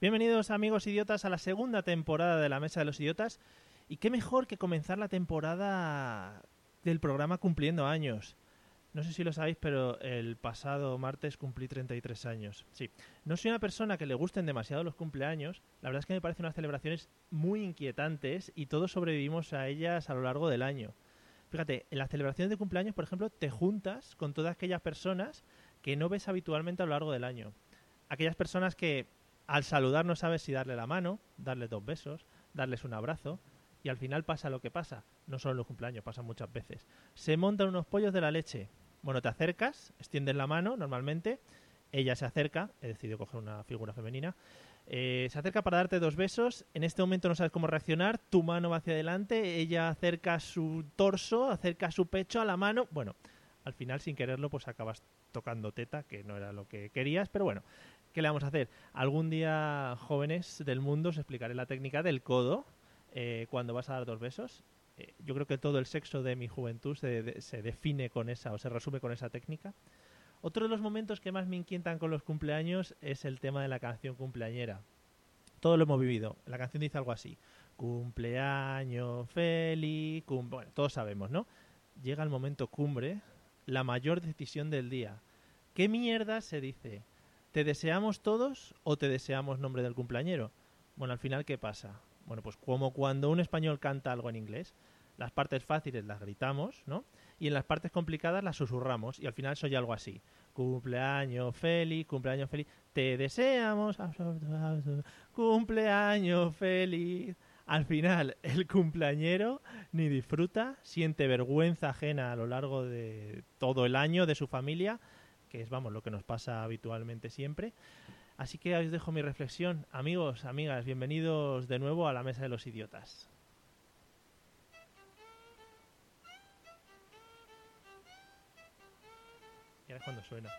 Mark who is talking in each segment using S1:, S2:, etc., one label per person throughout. S1: Bienvenidos amigos idiotas a la segunda temporada de la Mesa de los Idiotas. Y qué mejor que comenzar la temporada del programa cumpliendo años. No sé si lo sabéis, pero el pasado martes cumplí 33 años. Sí, no soy una persona que le gusten demasiado los cumpleaños. La verdad es que me parecen unas celebraciones muy inquietantes y todos sobrevivimos a ellas a lo largo del año. Fíjate, en las celebraciones de cumpleaños, por ejemplo, te juntas con todas aquellas personas que no ves habitualmente a lo largo del año. Aquellas personas que al saludar no sabes si darle la mano, darle dos besos, darles un abrazo, y al final pasa lo que pasa. No solo en los cumpleaños, pasa muchas veces. Se montan unos pollos de la leche. Bueno, te acercas, extiendes la mano normalmente, ella se acerca, he decidido coger una figura femenina, eh, se acerca para darte dos besos. En este momento no sabes cómo reaccionar. Tu mano va hacia adelante. Ella acerca su torso, acerca su pecho a la mano. Bueno, al final, sin quererlo, pues acabas tocando teta, que no era lo que querías, pero bueno. ¿Qué le vamos a hacer? Algún día, jóvenes del mundo, os explicaré la técnica del codo eh, cuando vas a dar dos besos. Eh, yo creo que todo el sexo de mi juventud se, de- se define con esa o se resume con esa técnica. Otro de los momentos que más me inquietan con los cumpleaños es el tema de la canción cumpleañera. Todo lo hemos vivido. La canción dice algo así. Cumpleaños feliz. cum-". Bueno, todos sabemos, ¿no? Llega el momento cumbre, la mayor decisión del día. ¿Qué mierda se dice? ¿Te deseamos todos o te deseamos nombre del cumpleañero? Bueno, al final, ¿qué pasa? Bueno, pues como cuando un español canta algo en inglés, las partes fáciles las gritamos, ¿no? Y en las partes complicadas las susurramos y al final soy algo así. Cumpleaños feliz, cumpleaños feliz. Te deseamos cumpleaños feliz. Al final, el cumpleañero ni disfruta, siente vergüenza ajena a lo largo de todo el año de su familia, que es, vamos, lo que nos pasa habitualmente siempre. Así que os dejo mi reflexión. Amigos, amigas, bienvenidos de nuevo a la Mesa de los Idiotas. Y ahora es cuando suena.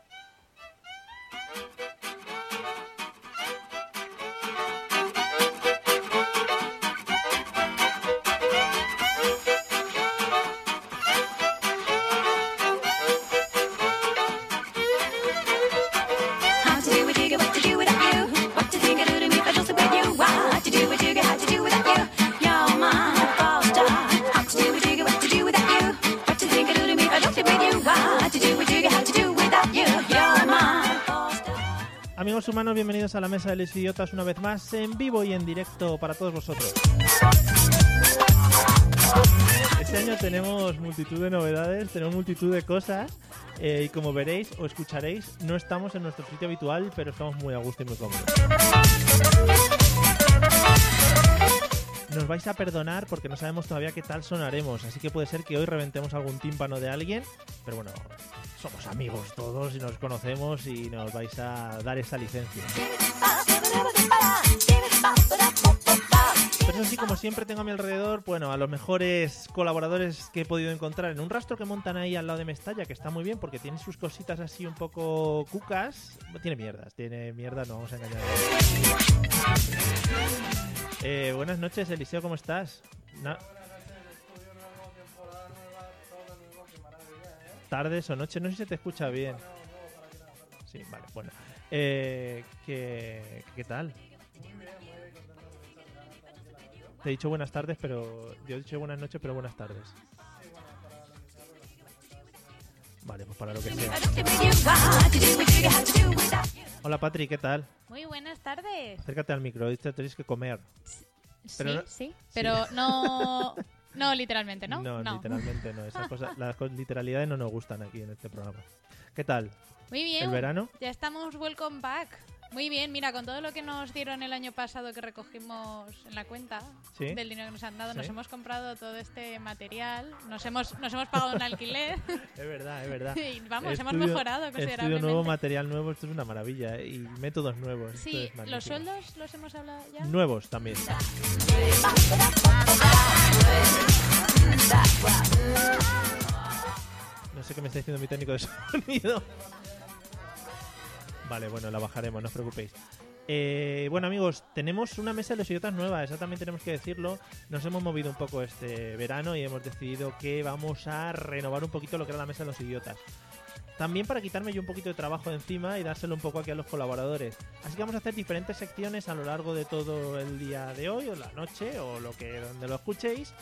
S2: How to do what you get, what to do without you. What to think I do to me if I don't sleep with you. Why? How to do what you get, how to do without you. You're my false star. How to do what you get, what to do without you. What to think I do to me if I don't sleep with you. Why? How to do what you get, how to do without you. You're my false star.
S1: Amigos humanos, bienvenidos a la Mesa de los Idiotas una vez más en vivo y en directo para todos vosotros. Este año tenemos multitud de novedades, tenemos multitud de cosas eh, y como veréis o escucharéis, no estamos en nuestro sitio habitual, pero estamos muy a gusto y muy cómodos. Nos vais a perdonar porque no sabemos todavía qué tal sonaremos, así que puede ser que hoy reventemos algún tímpano de alguien, pero bueno, somos amigos todos y nos conocemos y nos vais a dar esa licencia. Pero eso sí, como siempre tengo a mi alrededor, bueno, a los mejores colaboradores que he podido encontrar en un rastro que montan ahí al lado de Mestalla, que está muy bien porque tiene sus cositas así un poco cucas. Tiene mierdas, tiene mierda, no vamos a engañar. Eh, buenas noches, Eliseo, ¿cómo estás? Na- Tardes o noches, no sé si se te escucha bien. Sí, vale, bueno. Eh, ¿qué, ¿Qué tal? Te he dicho buenas tardes, pero. Yo he dicho buenas noches, pero buenas tardes. Vale, pues para lo que sea. Hola, Patri, ¿qué tal?
S3: Muy buenas tardes.
S1: Acércate al micro, dice tenéis que comer. Pero
S3: sí,
S1: no-
S3: sí, pero no, no literalmente, ¿no?
S1: literalmente no. Esas cosas, las cos- literalidades no nos gustan aquí en este programa. ¿Qué tal?
S3: Muy bien.
S1: ¿El verano?
S3: Ya estamos welcome back. Muy bien, mira, con todo lo que nos dieron el año pasado que recogimos en la cuenta
S1: Sí.
S3: del dinero que nos han dado, nos
S1: Sí.
S3: hemos comprado todo este material, nos hemos, nos hemos pagado un alquiler.
S1: Es verdad, es verdad.
S3: Y vamos, hemos
S1: Estudio-
S3: mejorado
S1: Estudio nuevo,
S3: considerablemente.
S1: material nuevo, esto es una maravilla. ¿eh? Y métodos nuevos. esto
S3: sí,
S1: es
S3: los
S1: magnífico.
S3: sueldos los hemos hablado ya.
S1: Nuevos también. No sé qué me está diciendo mi técnico de sonido. Vale, bueno, la bajaremos, no os preocupéis. Eh, bueno, amigos, tenemos una mesa de los idiotas nueva, eso también tenemos que decirlo. Nos hemos movido un poco este verano y hemos decidido que vamos a renovar un poquito lo que era la mesa de los idiotas. También para quitarme yo un poquito de trabajo de encima y dárselo un poco aquí a los colaboradores. Así que vamos a hacer diferentes secciones a lo largo de todo el día de hoy, o la noche, o lo que donde lo escuchéis,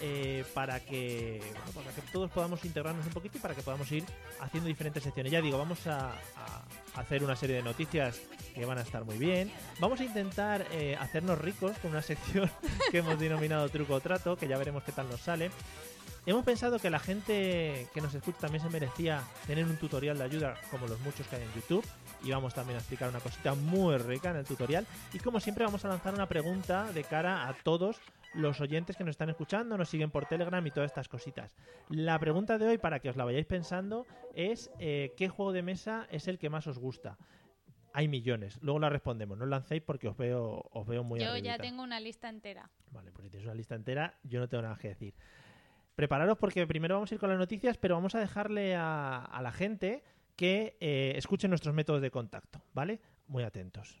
S1: eh, para, que, bueno, para que todos podamos integrarnos un poquito y para que podamos ir haciendo diferentes secciones. Ya digo, vamos a, a hacer una serie de noticias que van a estar muy bien. Vamos a intentar eh, hacernos ricos con una sección que hemos denominado truco o trato, que ya veremos qué tal nos sale. Hemos pensado que la gente que nos escucha también se merecía tener un tutorial de ayuda como los muchos que hay en YouTube y vamos también a explicar una cosita muy rica en el tutorial y como siempre vamos a lanzar una pregunta de cara a todos los oyentes que nos están escuchando, nos siguen por Telegram y todas estas cositas. La pregunta de hoy, para que os la vayáis pensando, es eh, ¿qué juego de mesa es el que más os gusta? Hay millones. Luego la respondemos. No os lancéis porque os veo, os veo muy
S3: Yo ya
S1: arribita.
S3: tengo una lista entera.
S1: Vale, pues si tienes una lista entera, yo no tengo nada que decir. Prepararos porque primero vamos a ir con las noticias, pero vamos a dejarle a, a la gente que eh, escuche nuestros métodos de contacto, ¿vale? Muy atentos.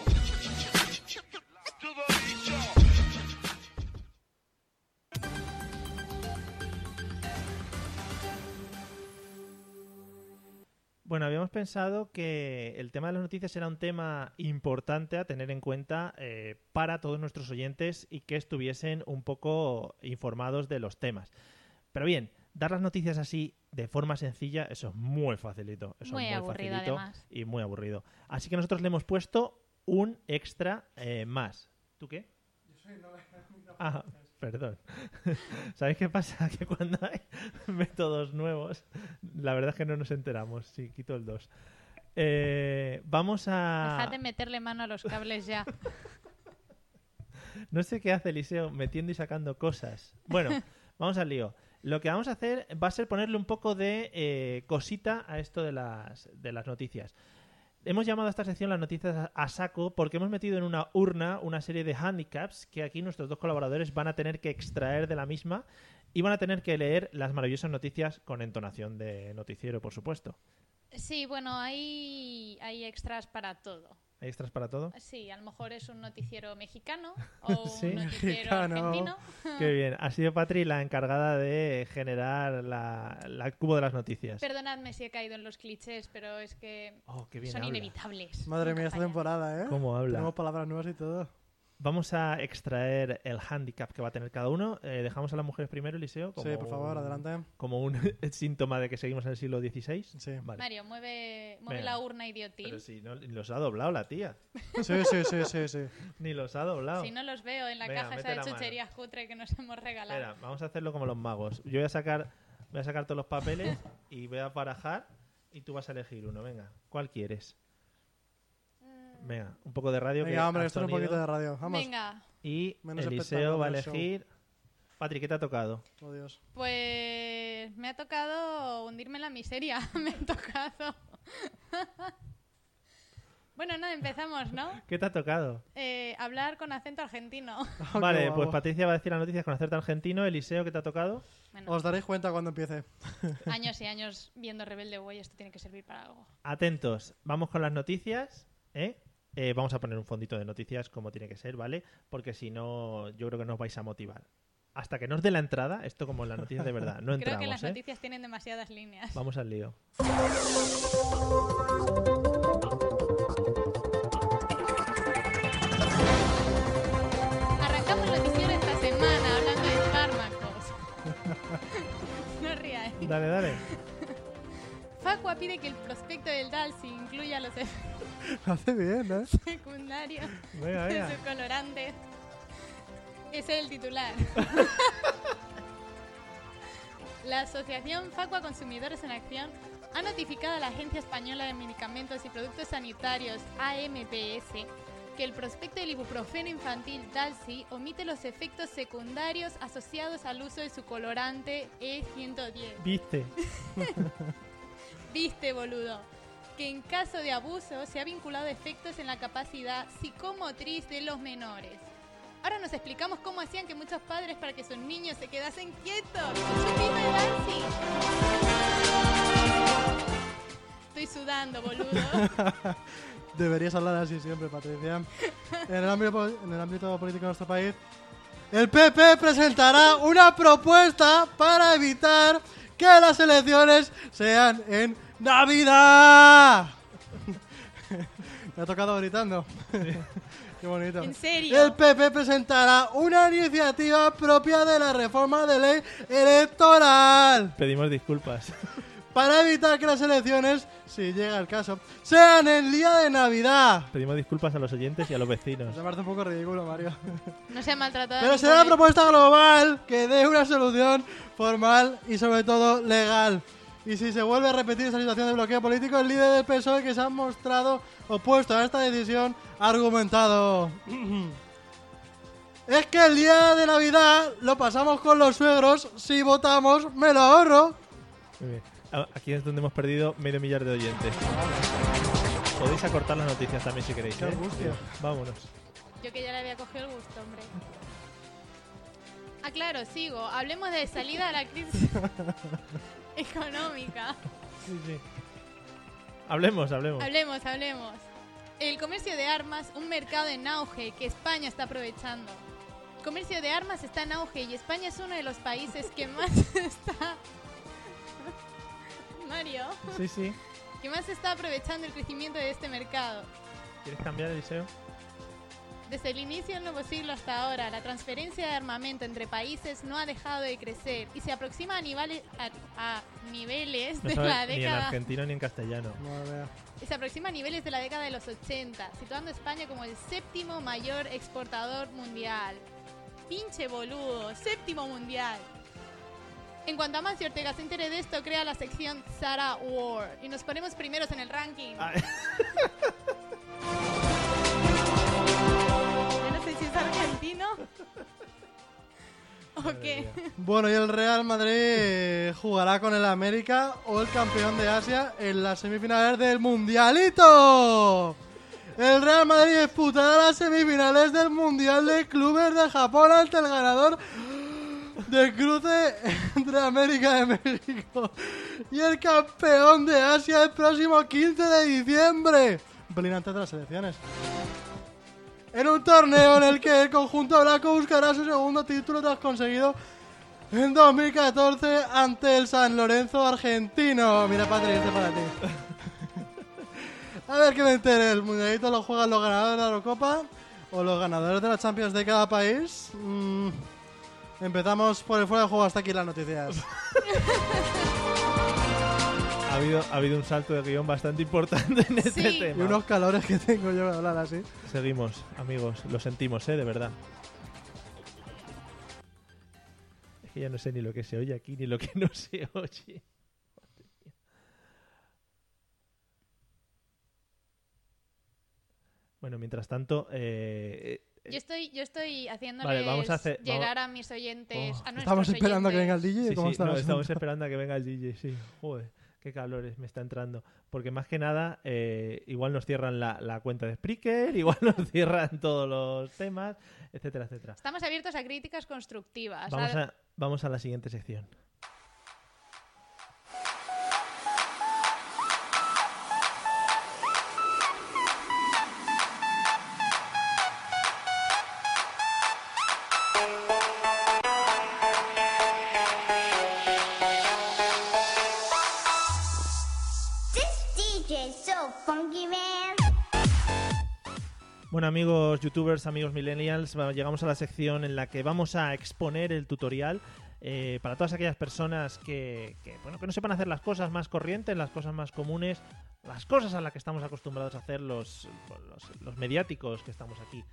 S1: Bueno, habíamos pensado que el tema de las noticias era un tema importante a tener en cuenta eh, para todos nuestros oyentes y que estuviesen un poco informados de los temas. Pero bien, dar las noticias así de forma sencilla, eso es muy facilito. Eso
S3: Muy
S1: es muy
S3: aburrido,
S1: facilito
S3: además.
S1: y muy aburrido. Así que nosotros le hemos puesto un extra eh, más. ¿Tú qué? Ah, perdón. ¿Sabéis qué pasa? Que cuando hay métodos nuevos, la verdad es que no nos enteramos. Sí, quito el 2. vamos a...
S3: Dejad de meterle mano a los cables ya.
S1: No sé qué hace Eliseo metiendo y sacando cosas. Bueno, vamos al lío. Lo que vamos a hacer va a ser ponerle un poco de eh, cosita a esto de las, de las noticias. Hemos llamado a esta sección las noticias a- a saco porque hemos metido en una urna una serie de handicaps que aquí nuestros dos colaboradores van a tener que extraer de la misma y van a tener que leer las maravillosas noticias con entonación de noticiero, por supuesto.
S3: Sí, bueno, hay, hay extras para todo.
S1: ¿Hay extras para todo?
S3: Sí, a lo mejor es un noticiero mexicano o
S1: Sí.
S3: un noticiero
S4: Mexicano.
S3: argentino.
S1: Qué bien. Ha sido Patri la encargada de generar la, la el cubo de las noticias.
S3: Perdonadme si he caído en los clichés, pero es que
S1: Oh, qué bien
S3: son
S1: habla.
S3: inevitables.
S4: Madre
S3: Nunca
S4: mía, esta
S3: fallan.
S4: temporada, ¿eh?
S1: ¿Cómo habla?
S4: Tenemos palabras nuevas y todo.
S1: Vamos a extraer el handicap que va a tener cada uno. Eh, dejamos a las mujeres primero, Eliseo. Como
S4: Sí, por favor,
S1: un-
S4: adelante.
S1: Como un síntoma de que seguimos en el siglo XVI.
S4: Sí.
S1: Vale.
S3: Mario, mueve, mueve
S1: Venga.
S3: la urna idiotil.
S1: Pero si no, ni los ha doblado la tía.
S4: Sí, sí, sí, sí, sí.
S1: Ni los ha doblado.
S3: Si no los veo en la
S1: Venga,
S3: caja
S1: mete
S3: esa de
S1: la mano.
S3: chucherías cutre que nos hemos regalado.
S1: Espera, vamos a hacerlo como los magos. Yo voy a sacar, voy a sacar todos los papeles y voy a barajar y tú vas a elegir uno. Venga, ¿cuál quieres?
S3: Mm.
S1: Venga, un poco de radio. que
S4: Venga, hombre,
S1: has
S4: esto es un
S1: sonido.
S4: poquito de radio. Vamos.
S3: Venga,
S1: Y
S4: Menos
S1: Eliseo va a
S4: espectáculo, menos
S1: elegir. Patri, ¿qué te ha tocado?
S4: Oh, Dios.
S3: pues me ha tocado hundirme en la miseria. me ha tocado. bueno, no, empezamos, ¿no?
S1: ¿Qué te ha tocado?
S3: Eh, hablar con acento argentino.
S4: qué
S1: Vale, pues
S4: guapo.
S1: Patricia va a decir las noticias con acierto argentino. Eliseo, ¿qué te ha tocado?
S3: Bueno,
S4: Os daréis cuenta cuando empiece.
S3: años y años viendo Rebelde Way, esto tiene que servir para algo.
S1: Atentos, vamos con las noticias. ¿eh? Eh, vamos a poner un fondito de noticias como tiene que ser, ¿vale? Porque si no, yo creo que no os vais a motivar. Hasta que no os dé la entrada, esto como en las noticias de verdad, no
S3: Creo
S1: entramos.
S3: que las
S1: ¿eh?
S3: noticias tienen demasiadas líneas.
S1: Vamos al lío.
S3: Arrancamos el noticiero esta semana hablando de Spiderman
S1: Dale, dale.
S3: Facua pide que el prospecto del Dalsi incluya los efectos
S4: Lo hace bien, ¿eh?
S3: secundarios
S1: Venga,
S3: de
S1: venga.
S3: sus colorantes. Ese es el titular. La Asociación Facua Consumidores en Acción ha notificado a la Agencia Española de Medicamentos y Productos Sanitarios, AMPS, que el prospecto del ibuprofeno infantil Dalsi omite los efectos secundarios asociados al uso de su colorante E E110.
S1: Viste.
S3: Viste, boludo. Que en caso de abuso se ha vinculado efectos en la capacidad psicomotriz de los menores. Ahora nos explicamos cómo hacían que muchos padres para que sus niños se quedasen quietos. ¡Un chupito de Nancy! Estoy sudando, boludo.
S4: Deberías hablar así siempre, Patricia. En el ámbito, po- en el ámbito político de nuestro país, el PP presentará una propuesta para evitar que las elecciones sean en Navidad. Me ha tocado gritando. Qué bonito.
S3: En serio.
S4: El PP presentará una iniciativa propia de la reforma de ley electoral
S1: Pedimos disculpas.
S4: para evitar que las elecciones, si llega el caso, sean el día de Navidad.
S1: Pedimos disculpas a los oyentes y a los vecinos.
S4: Me parece un poco ridículo, Mario.
S3: No se ha maltratado. a
S4: Pero
S3: ningún
S4: será una
S3: niño.
S4: propuesta global que dé una solución formal y sobre todo legal. Y si se vuelve a repetir esa situación de bloqueo político, el líder del PSOE E que se ha mostrado opuesto a esta decisión ha argumentado. Es que el día de Navidad lo pasamos con los suegros, si votamos me lo ahorro.
S1: Muy bien. A- Aquí es donde hemos perdido medio millar de oyentes. Podéis acortar las noticias también si queréis.
S4: Qué
S1: ¿eh?
S4: angustia.
S1: Vámonos.
S3: Yo que ya le había cogido el gusto, hombre. Ah, claro, sigo. Hablemos de salida a la crisis económica.
S1: Sí, sí. Hablemos, hablemos.
S3: Hablemos, hablemos. El comercio de armas, un mercado en auge que España está aprovechando. El comercio de armas está en auge y España es uno de los países que más está... Mario,
S1: Sí, sí.
S3: que más está aprovechando el crecimiento de este mercado.
S1: ¿Quieres cambiar, Eliseo?
S3: Desde el inicio del nuevo siglo hasta ahora, la transferencia de armamento entre países no ha dejado de crecer y se aproxima a, nivale- a- a niveles
S1: No
S3: de la
S1: sabes ni en
S3: década
S1: argentino ni en castellano.
S4: Madre mía.
S3: se aproxima a niveles de la década de los 80, situando a España como el séptimo mayor exportador mundial. Pinche boludo, séptimo mundial. En cuanto a Mancio Ortega se entere de esto, crea la sección Sara War y nos ponemos primeros en el ranking.
S1: Ah.
S3: Yo no sé si es argentino o qué.
S4: Bueno, y el Real Madrid jugará con el América o el campeón de Asia en las semifinales del Mundialito. El Real Madrid disputará las semifinales del Mundial de Clubes de Japón ante el ganador del cruce entre América de México y el campeón de Asia el próximo 15 de diciembre. Belín antes de las elecciones. En un torneo en el que el conjunto blanco buscará su segundo título tras conseguido en 2014 ante el San Lorenzo argentino. Mira, Patrick, este para ti. A ver que me entere. El mundialito lo juegan los ganadores de la Eurocopa o los ganadores de las Champions de cada país. Mm, Empezamos por el fuera de juego. Hasta aquí las noticias.
S1: Ha habido, ha habido un salto de guión bastante importante en este
S3: Sí.
S4: Y
S1: tema.
S4: unos calores que tengo yo de hablar así.
S1: Seguimos, amigos. Lo sentimos, ¿eh? De verdad. Es que ya no sé ni lo que se oye aquí ni lo que no se oye. Madre mía. Bueno, mientras tanto... eh, eh,
S3: Yo estoy, yo estoy haciéndoles
S1: Vale, vamos a hacer-
S3: llegar a mis oyentes,
S1: Oh.
S3: a nuestros
S4: Estamos esperando a que venga el
S3: oyentes.
S4: DJ.
S1: Sí,
S4: ¿Cómo
S1: sí,
S4: está el
S1: no,
S4: asunto?
S1: estamos esperando a que venga el DJ, sí. Joder, qué calores me está entrando. Porque más que nada, eh, igual nos cierran la, la cuenta de Spreaker, igual nos cierran todos los temas, etcétera, etcétera.
S3: Estamos abiertos a críticas constructivas.
S1: Vamos
S3: a-
S1: a, vamos a la siguiente sección.
S5: This DJ's so funky, man.
S1: Bueno, amigos youtubers, amigos millennials, va- llegamos a la sección en la que vamos a exponer el tutorial eh, para todas aquellas personas que, que, bueno, que no sepan hacer las cosas más corrientes, las cosas más comunes, las cosas a las que estamos acostumbrados a hacer los, los, los mediáticos que estamos aquí.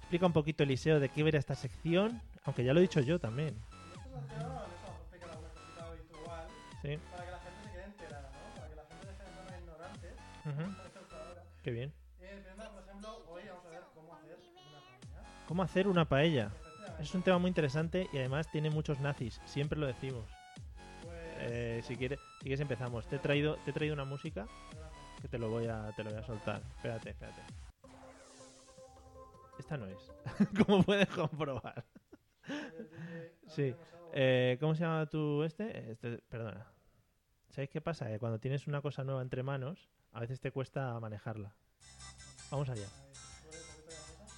S1: Explica un poquito, Eliseo, de qué verá esta sección, aunque ya lo he dicho yo también. Sí.
S4: Para que la gente se quede enterada, ¿no? Para que la gente deje de ser ignorante.
S1: Ujú. Qué bien.
S4: Eh, primero, por ejemplo, hoy vamos a ver cómo hacer una paella.
S1: ¿Cómo hacer una paella? Es un tema muy interesante y además tiene muchos nazis, siempre lo decimos. Eh, si, quieres, si quieres empezamos. Te he traído, te he traído una música que te lo voy a, te lo voy a soltar. Espérate, espérate. Esta no es, como puedes comprobar. Sí. Eh, ¿Cómo se llama tú este? Este, Perdona. ¿Sabéis qué pasa? Que cuando tienes una cosa nueva entre manos, a veces te cuesta manejarla. Vamos allá.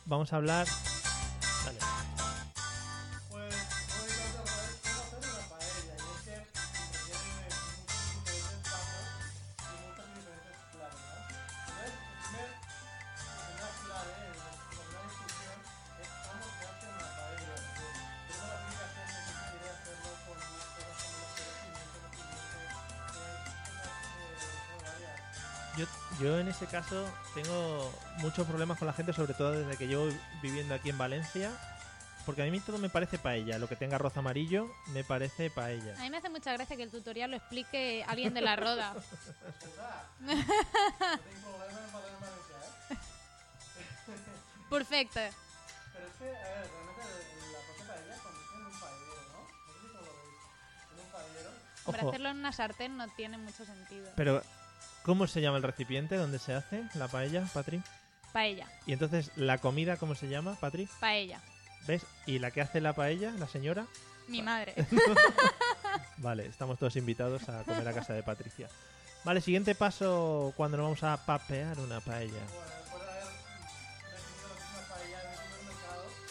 S1: Vamos a hablar. Dale.
S4: Pues hoy vamos a ver cómo hacer una paella. Y es que requiere muchos diferentes pasos y muchas diferentes claves, ¿no? Entonces, el primer, la primera clave, eh, la primera instrucción es cómo se hace una paella. Tengo la aplicación de que quiere hacerlo con más cosas como los conocimientos, los pimientos, varias.
S1: Yo, yo en ese caso tengo muchos problemas con la gente, sobre todo desde que llevo viviendo aquí en Valencia, porque a mí todo me parece paella. Lo que tenga arroz amarillo me parece paella.
S3: A mí me hace mucha gracia que el tutorial lo explique alguien de la roda.
S4: Tengo problemas para la valencia, ¿eh?
S3: Perfecto.
S4: Pero es que, a ver, realmente el- la propia paella consiste en un paellero, ¿no? No sé si todo lo veis. En un paellero.
S3: Para
S1: Ojo.
S3: hacerlo en una sartén no tiene mucho sentido.
S1: Pero, ¿cómo se llama el recipiente donde se hace la paella, Patri?
S3: Paella,
S1: Y entonces, ¿la comida cómo se llama, Patri?
S3: paella.
S1: ¿Ves? ¿Y la que hace la paella, la señora?
S3: Mi madre.
S1: Vale, estamos todos invitados a comer a casa de Patricia. Vale, siguiente paso cuando nos vamos a papear una paella.
S4: Bueno, después de haber recibido lo que es una paella en un supermercado, es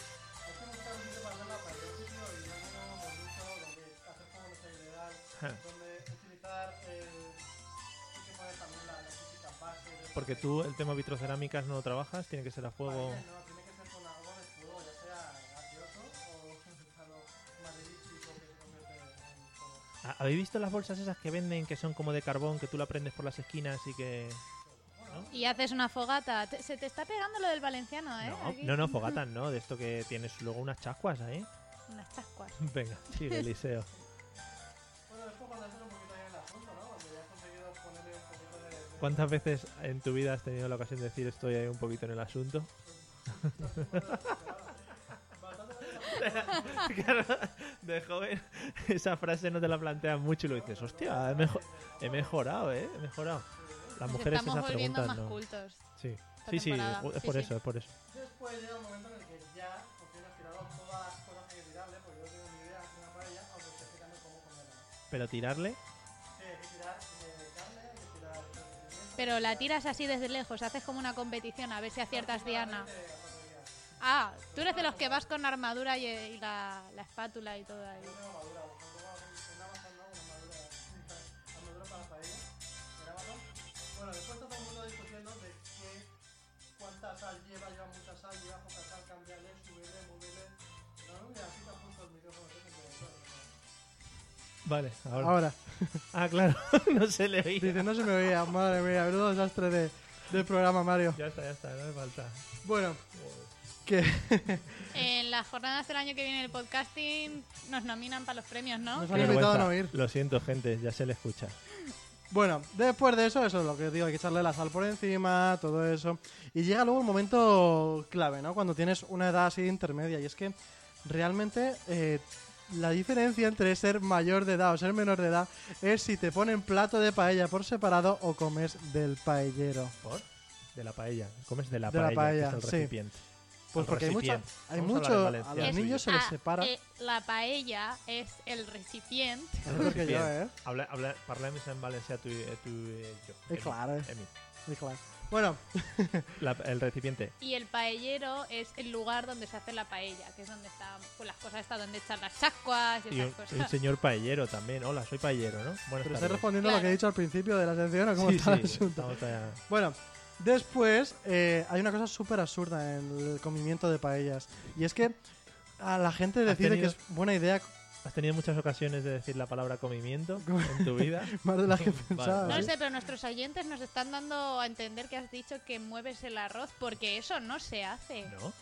S4: que muchas veces para hacer la paella un sitio y no tiene un producto donde hacer como los cereales,
S1: Ja.
S4: donde utilizar el... Hay que poner también la, la típica base de...
S1: Porque tú el tema vitrocerámicas no lo trabajas, tiene que ser a fuego.
S4: Paella, no, tiene que ser con algo de fuego, ya sea gaseoso o un sulfano maderístico que se convierte en fuego.
S1: ¿Ha- Ah, ¿Habéis visto las bolsas esas que venden que son como de carbón, que tú la prendes por las esquinas y que...
S3: Y haces una fogata. Te- se te está pegando lo del valenciano, ¿eh?
S1: No,
S3: Aquí.
S1: no, no, fogatas, ¿no? De esto que tienes luego unas chascuas ahí.
S3: Unas chascuas.
S1: Venga, sigue, Eliseo.
S4: Bueno, esto cuando haces un poquito ahí el asunto, ¿no? Cuando ya has conseguido ponerle un poquito de... de-
S1: ¿Cuántas veces en tu vida has tenido la ocasión de decir estoy ahí un poquito en el asunto? Claro, de joven esa frase no te la planteas mucho y lo dices, hostia, he, mejo- he mejorado, ¿eh? He mejorado. Pues Las
S3: Nos
S1: mujeres
S3: estamos
S1: esas
S3: volviendo
S1: preguntas
S3: más
S1: no.
S3: cultos.
S1: Sí, sí, sí,
S3: temporada.
S1: es
S3: Sí,
S1: por
S3: sí.
S1: eso, es por eso.
S4: Después llega un momento en el que ya, porque he tirado todas las cosas que hay que tirarle, porque yo tengo mi idea de hacer una paella, aunque esté explicando cómo comerla.
S1: Pero tirarle,
S4: Sí, hay que tirar eh, carne, hay que tirar... eh,
S3: Pero la tiras así desde lejos, haces como una competición a ver si aciertas Diana. Ah, tú eres de los que vas con armadura y, y la, la espátula y todo ahí.
S4: armadura para paella, ¿era batón? Bueno, después está todo el mundo discutiendo de qué, cuánta sal lleva, lleva mucha sal, lleva poca sal, cambiarle, subirle, moverle... No, no, mira, así te apunto el micrófono, que es el que-
S1: vale, ahora.
S4: Ahora,
S1: Ah, claro, no se le oía.
S4: dice, no se me veía, madre mía, menudo desastre de, del programa, Mario.
S1: Ya está, ya está, no hace falta.
S4: Bueno, que
S3: En las jornadas del año que viene el podcasting nos nominan para los premios, ¿no?
S4: Nos han invitado a no
S1: Vergüenza.
S4: ir.
S1: Lo siento, gente, ya se le escucha.
S4: Bueno, después de eso, eso es lo que digo, hay que echarle la sal por encima, todo eso. Y llega luego el momento clave, ¿no? Cuando tienes una edad así intermedia. Y es que realmente eh, la diferencia entre ser mayor de edad o ser menor de edad es si te ponen plato de paella por separado o comes del paellero.
S1: ¿Por? De la paella. Comes de la
S4: De la
S1: paella,
S4: paella,
S1: que es el
S4: sí.
S1: recipiente.
S4: Pues
S1: El
S4: porque hay mucho,
S1: recipiente.
S4: hay
S1: Vamos a hablar
S4: mucho
S1: en
S4: a
S1: valenciano,
S4: los
S1: suyo.
S4: niños se les
S3: Ah,
S4: separa.
S3: eh, la paella es el recipiente.
S4: Mejor que yo, ¿eh?
S1: Habla, habla, parlem en valencià tu, eh, tu eh, jo.
S4: Eh,
S1: Emi,
S4: claro.
S1: Emi.
S4: Muy claro. Bueno,
S1: La- el recipiente.
S3: Y el paellero es el lugar donde se hace la paella, que es donde están pues, las cosas, está donde echan las chascuas y
S1: Y un,
S3: esas
S1: un
S3: cosas.
S1: señor paellero también. Hola, soy paellero, ¿no? Buenas
S4: pero estoy
S1: tardes.
S4: respondiendo a lo que
S3: Claro.
S4: he dicho al principio de la atención o cómo
S1: Sí,
S4: está el
S1: sí,
S4: asunto.
S1: estamos allá.
S4: Bueno, después eh, hay una cosa súper absurda en el comimiento de paellas. Y es que a la gente decide
S1: tenido-
S4: que es buena idea
S1: ¿Has tenido muchas ocasiones de decir la palabra comimiento en tu vida?
S4: Más de las que
S1: Vale,
S4: pensaba.
S3: No
S1: vale.
S4: ¿eh?
S3: sé, pero nuestros oyentes nos están dando a entender que has dicho que mueves el arroz porque eso no se hace.
S1: No.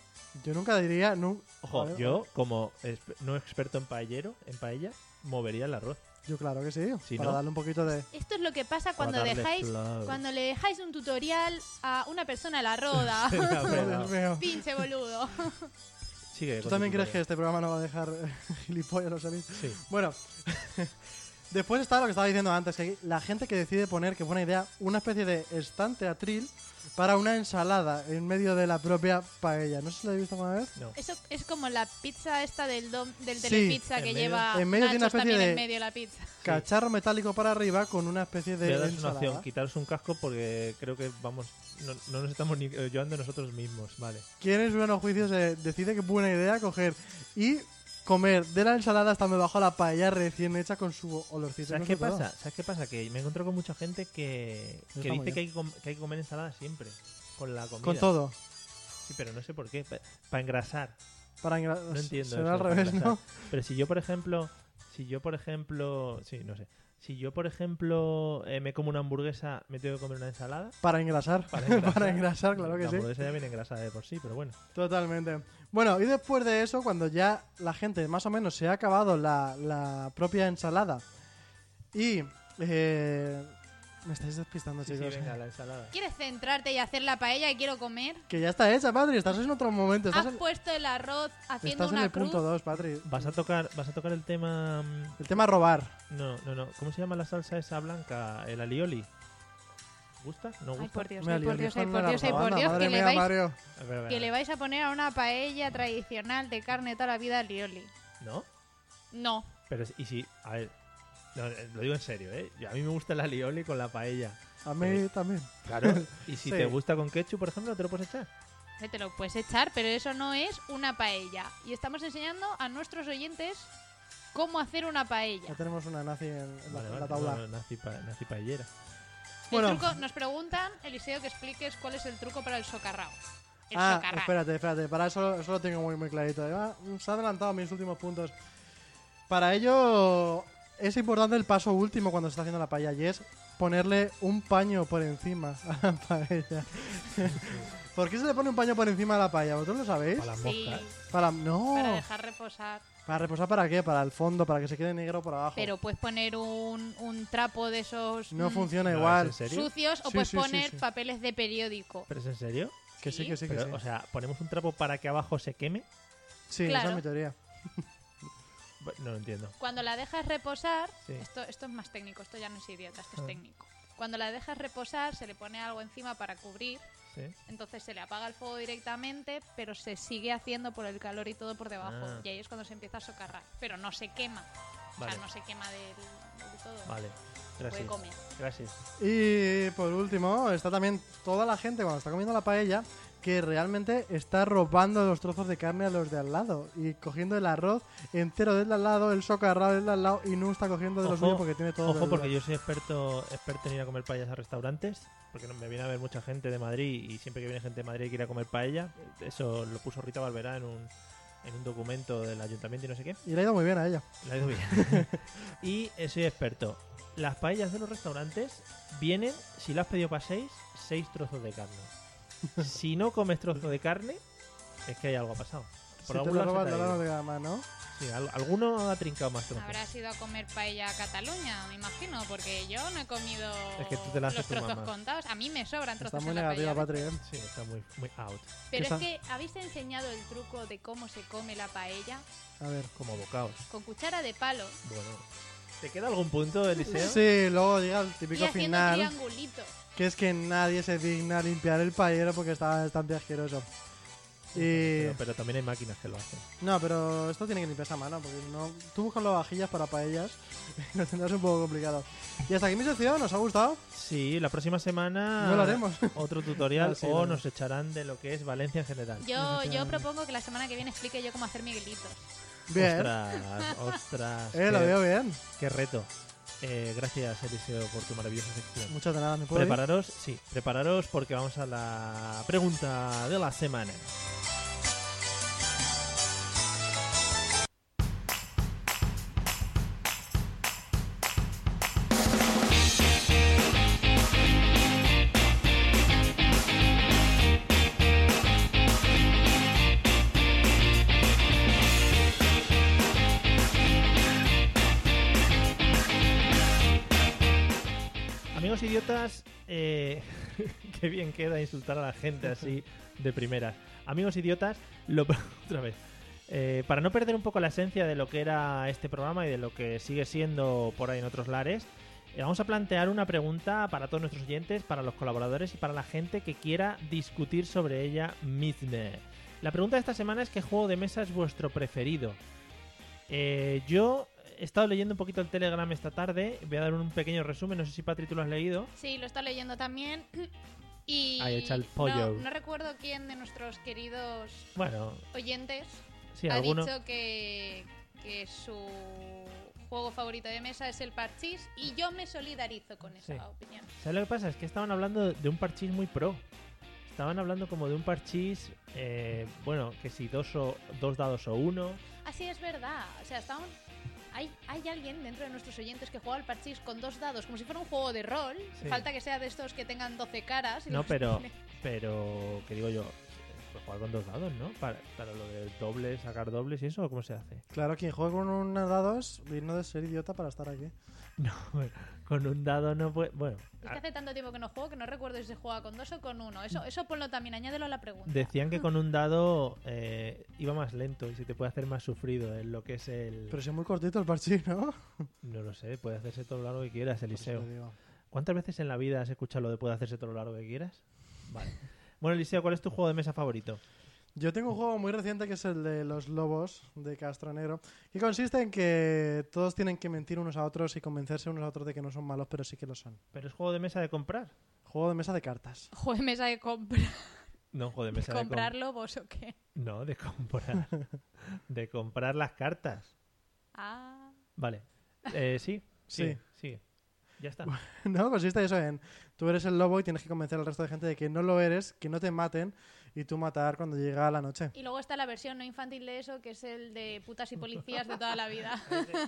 S4: Yo nunca diría. nu-
S1: Ojo,
S4: Vale,
S1: yo, como exp- no experto en paellero, en paella, movería el arroz.
S4: Yo, claro que sí.
S1: Si
S4: para
S1: no-
S4: darle un poquito de.
S3: Esto es lo que pasa cuando
S1: Para darle
S3: dejáis
S1: flow.
S3: cuando le dejáis un tutorial a una persona a la roda.
S1: La verdad.
S4: Dios mío.
S3: Pinche boludo.
S1: Sigue
S4: ¿Tú
S1: con
S4: también
S1: tu
S4: crees que
S1: paella.
S4: este programa no va a dejar eh, gilipollas no salir?
S1: Sí.
S4: Bueno, después está lo que estaba diciendo antes, que la gente que decide poner, que buena idea, una especie de estante atril para una ensalada en medio de la propia paella. No sé si lo habéis visto alguna vez.
S1: No.
S3: Eso es como la pizza esta del dom, del
S4: Sí,
S3: telepizza
S1: en
S3: que
S1: medio-
S3: lleva
S4: en medio tiene una
S3: nachos
S4: especie
S3: también
S4: de-
S3: en medio de la pizza.
S4: Cacharro metálico para arriba con una especie de
S1: Voy a daros una
S4: ensalada.
S1: opción, quitaros un casco porque creo que vamos, no, no nos estamos ni ayudando nosotros mismos, vale.
S4: Quienes unos juicios se decide que es buena idea coger y comer de la ensalada estando bajo la paella recién hecha con su olorcito.
S1: ¿Sabes
S4: No
S1: qué
S4: sé, todo.
S1: pasa? ¿Sabes qué pasa? Que me encuentro con mucha gente que,
S4: No
S1: que
S4: estamos
S1: dice
S4: ya.
S1: que hay, que com- que hay que comer ensalada siempre, con la comida.
S4: Con todo.
S1: Sí, pero no sé por qué, para engrasar.
S4: Para engra-
S1: No entiendo. eso,
S4: Será Pues al
S1: para
S4: revés,
S1: engrasar.
S4: ¿no?
S1: Pero si yo, por ejemplo, si yo, por ejemplo, sí, no sé. Si yo, por ejemplo, eh, me como una hamburguesa, me tengo que comer una ensalada.
S4: Para engrasar.
S1: Para
S4: Para
S1: engrasar. este.
S4: engrasar, claro que
S1: la
S4: sí.
S1: hamburguesa ya viene engrasada de por sí, pero bueno.
S4: Totalmente. Bueno, y después de eso, cuando ya la gente más o menos se ha acabado la, la propia ensalada y... eh, me estáis despistando,
S1: Sí, sí,
S4: chicos. eh.
S1: venga, la ensalada.
S3: ¿Quieres centrarte y hacer la paella que quiero comer?
S4: que ya está hecha, Patri. Estás en otro momento. Estás,
S3: Has
S4: en,
S3: puesto el arroz haciendo
S4: estás en
S3: una
S4: el
S3: cruz.
S4: punto 2, Patri.
S1: Vas a tocar, vas a tocar el tema. mm,
S4: El tema robar.
S1: No, no, no. ¿Cómo se llama la salsa esa blanca? El alioli. ¿Gusta? ¿No gusta?
S3: Ay, por Dios,
S4: Me ha
S3: ay,
S4: liado
S3: por Dios,
S4: el
S3: ay,
S4: hijo
S3: por
S4: de la
S3: Dios, ay, por
S4: lavanda,
S3: Dios,
S4: madre
S3: que le
S4: mía,
S3: vais,
S4: Mario.
S1: A ver, a ver,
S3: que
S1: a
S3: le
S1: ver.
S3: vais a poner a una paella tradicional de carne toda la vida al lioli.
S1: ¿No?
S3: No.
S1: Pero, y si, a ver. No, eh, lo digo en serio, ¿eh? Yo- A mí me gusta el alioli con la paella.
S4: A mí
S1: Eh,
S4: también.
S1: Claro. Y si
S4: Sí.
S1: te gusta con ketchup, por ejemplo, te lo puedes echar.
S3: que Te lo puedes echar, pero eso no es una paella. Y estamos enseñando a nuestros oyentes cómo hacer una
S4: Ya
S3: paella.
S4: tenemos una nazi en, en la,
S1: Vale,
S4: en la
S1: vale, pues
S4: tabla.
S1: no, no, nazi, pa- nazi paellera.
S4: Bueno.
S3: El truco, nos preguntan, Eliseo, que expliques cuál es el truco para el socarrao. El
S4: ah,
S3: socarrao.
S4: espérate, espérate. Para eso, eso lo tengo muy, muy clarito. Además, mm, se ha adelantado a mis últimos puntos. Para ello es importante el paso último cuando se está haciendo la paella y es ponerle un paño por encima a la paella. ¿Por qué se le pone un paño por encima a la paella? ¿Vosotros lo sabéis?
S1: Para las
S3: Sí,
S1: moscas.
S4: Para... No.
S3: para dejar reposar.
S4: ¿Para reposar para qué? Para el fondo, para que se quede negro por abajo.
S3: Pero puedes poner un, un trapo de esos
S4: No
S3: mm,
S4: funciona
S1: No,
S4: igual.
S1: ¿es en serio?
S3: sucios o
S4: Sí,
S3: puedes
S4: sí, sí,
S3: poner
S4: sí.
S3: papeles de periódico.
S1: ¿Pero es en serio?
S4: Que sí, que sí, que
S1: Pero,
S4: sí.
S1: O sea, ponemos un trapo para que abajo se queme.
S4: sí, esa es
S3: claro.
S4: mi teoría.
S1: Bu- No lo entiendo.
S3: Cuando la dejas reposar,
S1: Sí.
S3: esto, esto es más técnico, esto ya no es idiota, esto
S1: Ah.
S3: es técnico. Cuando la dejas reposar, se le pone algo encima para cubrir,
S1: Sí.
S3: entonces se le apaga el fuego directamente, pero se sigue haciendo por el calor y todo por debajo.
S1: Ah.
S3: Y ahí es cuando se empieza a socarrar, pero no se quema. O
S1: Vale.
S3: sea, no se quema del, del todo.
S1: Vale.
S3: Se puede
S1: Gracias.
S3: comer.
S1: Gracias.
S4: Y por último, está también toda la gente cuando está comiendo la paella que realmente está robando los trozos de carne a los de al lado y cogiendo el arroz entero del de al lado, el socarrado del de al lado y no está cogiendo de lo
S1: Ojo,
S4: suyo porque tiene todo.
S1: Ojo,
S4: verdura.
S1: porque yo soy experto, experto en ir a comer paellas a restaurantes, porque no- me viene a ver mucha gente de Madrid y siempre que viene gente de Madrid que ir a comer paella, eso lo puso Rita Barberá en un, en un documento del ayuntamiento y no sé qué.
S4: Y le ha ido muy bien a ella.
S1: La he ido bien. y eh, soy experto. Las paellas de los restaurantes vienen, si las has pedido para seis, seis trozos de carne. Si no comes trozo de carne, es que hay algo ha pasado. Por
S4: si te
S1: algún
S4: lo
S1: lado se
S4: robas,
S1: te ha
S4: lo
S1: ido.
S4: robas de cada mano, ¿no?
S1: Sí, al- alguno ha trincado más trozos.
S3: Habrás ido a comer paella a Cataluña, me imagino, porque yo no he comido
S1: Es que tú te la haces
S3: los
S1: tu
S3: trozos
S1: mamá.
S3: contados. A mí me sobran trozos
S4: Está muy
S3: en la
S4: negativa,
S3: paella.
S4: Patri. ¿eh?
S1: Sí, está muy, muy out.
S3: Pero
S4: Esa-
S3: es que, ¿habéis enseñado el truco de cómo se come la paella?
S4: A ver.
S1: Como bocaos.
S3: Con cuchara de palo
S1: Bueno. ¿Te queda algún punto, Eliseo?
S4: Sí, luego llega el
S3: y
S4: típico
S3: haciendo
S4: final,
S3: triangulito.
S4: que es que nadie se digna a limpiar el paellero porque está bastante asqueroso. Y...
S1: Pero, pero también hay máquinas que lo hacen.
S4: No, pero esto tiene que limpiarse a mano, porque no... tú buscas las vajillas para paellas, lo tendrás un poco complicado. Y hasta aquí mi sección, ¿os ha gustado?
S1: Sí, la próxima semana
S4: No lo haremos.
S1: otro tutorial
S4: Ah, sí,
S1: o
S4: vale.
S1: nos echarán de lo que es Valencia en general.
S3: Yo, yo propongo que la semana que viene explique yo cómo hacer miguelitos.
S4: Bien,
S1: Ostras, ostras.
S4: eh, lo
S1: qué-
S4: veo bien.
S1: Qué reto. Eh, gracias, Eliseo, por tu maravillosa sección.
S4: Muchas de nada, me puedo ir?
S1: Prepararos, sí, prepararos porque vamos a la pregunta de la semana. amigos idiotas, eh, qué bien queda insultar a la gente así de primera. Amigos idiotas, lo, otra vez. Eh, para no perder un poco la esencia de lo que era este programa y de lo que sigue siendo por ahí en otros lares, eh, vamos a plantear una pregunta para todos nuestros oyentes, para los colaboradores y para la gente que quiera discutir sobre ella misma. La pregunta de esta semana es qué juego de mesa es vuestro preferido. Eh, yo he estado leyendo un poquito el Telegram esta tarde. Voy a dar un pequeño resumen. No sé si Patri tú lo has leído.
S3: Sí, lo está leyendo también. Y
S1: Ahí echa el pollo.
S3: No, no recuerdo quién de nuestros queridos
S1: Bueno,
S3: oyentes
S1: sí,
S3: ha
S1: alguno.
S3: dicho que, que su juego favorito de mesa es el parchís y yo me solidarizo con esa
S1: Sí.
S3: opinión.
S1: ¿Sabes lo que pasa? Es que estaban hablando de un parchís muy pro. Estaban hablando como de un parchís, eh, bueno, que si dos, o, dos dados o uno.
S3: Así es verdad. O sea, estamos... Hay, hay alguien dentro de nuestros oyentes que juega al parchís con dos dados, como si fuera un juego de rol.
S1: Sí.
S3: Falta que sea de estos que tengan 12 caras. y
S1: No,
S3: los
S1: pero,
S3: tiene-
S1: pero, que digo yo, pues jugar con dos dados, ¿no? Para, para lo de dobles, sacar dobles y eso, ¿o ¿cómo se hace?
S4: Claro, quien juega con unos dados, digno de ser idiota para estar aquí.
S1: No, con un dado no puede. Bueno,
S3: Es que hace tanto tiempo que no juego que no recuerdo si se juega con dos o con uno. Eso, eso ponlo también, añádelo a la pregunta.
S1: Decían que con un dado eh, iba más lento y se te puede hacer más sufrido en lo que es el...
S4: Pero si es muy cortito el parchís, ¿no?
S1: No lo sé, puede hacerse todo lo largo que quieras,
S4: Por eso
S1: Eliseo.
S4: te digo.
S1: ¿Cuántas veces en la vida has escuchado lo de puede hacerse todo lo largo que quieras? Vale. Bueno, Eliseo, ¿cuál es tu juego de mesa favorito?
S4: Yo tengo un juego muy reciente que es el de los lobos de Castronero, que consiste en que todos tienen que mentir unos a otros y convencerse unos a otros de que no son malos, pero sí que lo son.
S1: ¿Pero es juego de mesa de comprar?
S4: Juego de mesa de cartas.
S3: Juego de mesa de compra-
S1: No, juego de mesa de, com-
S3: comprar lobos o qué.
S1: No, de comprar. de comprar las cartas.
S3: Ah.
S1: Vale. Eh, sí, sí,
S4: Sí.
S1: sí. Ya está.
S4: No, consiste eso en tú eres el lobo y tienes que convencer al resto de gente de que no lo eres, que no te maten y tú matar cuando llega la noche.
S3: Y luego está la versión no infantil de eso, que es el de putas y policías de toda la vida.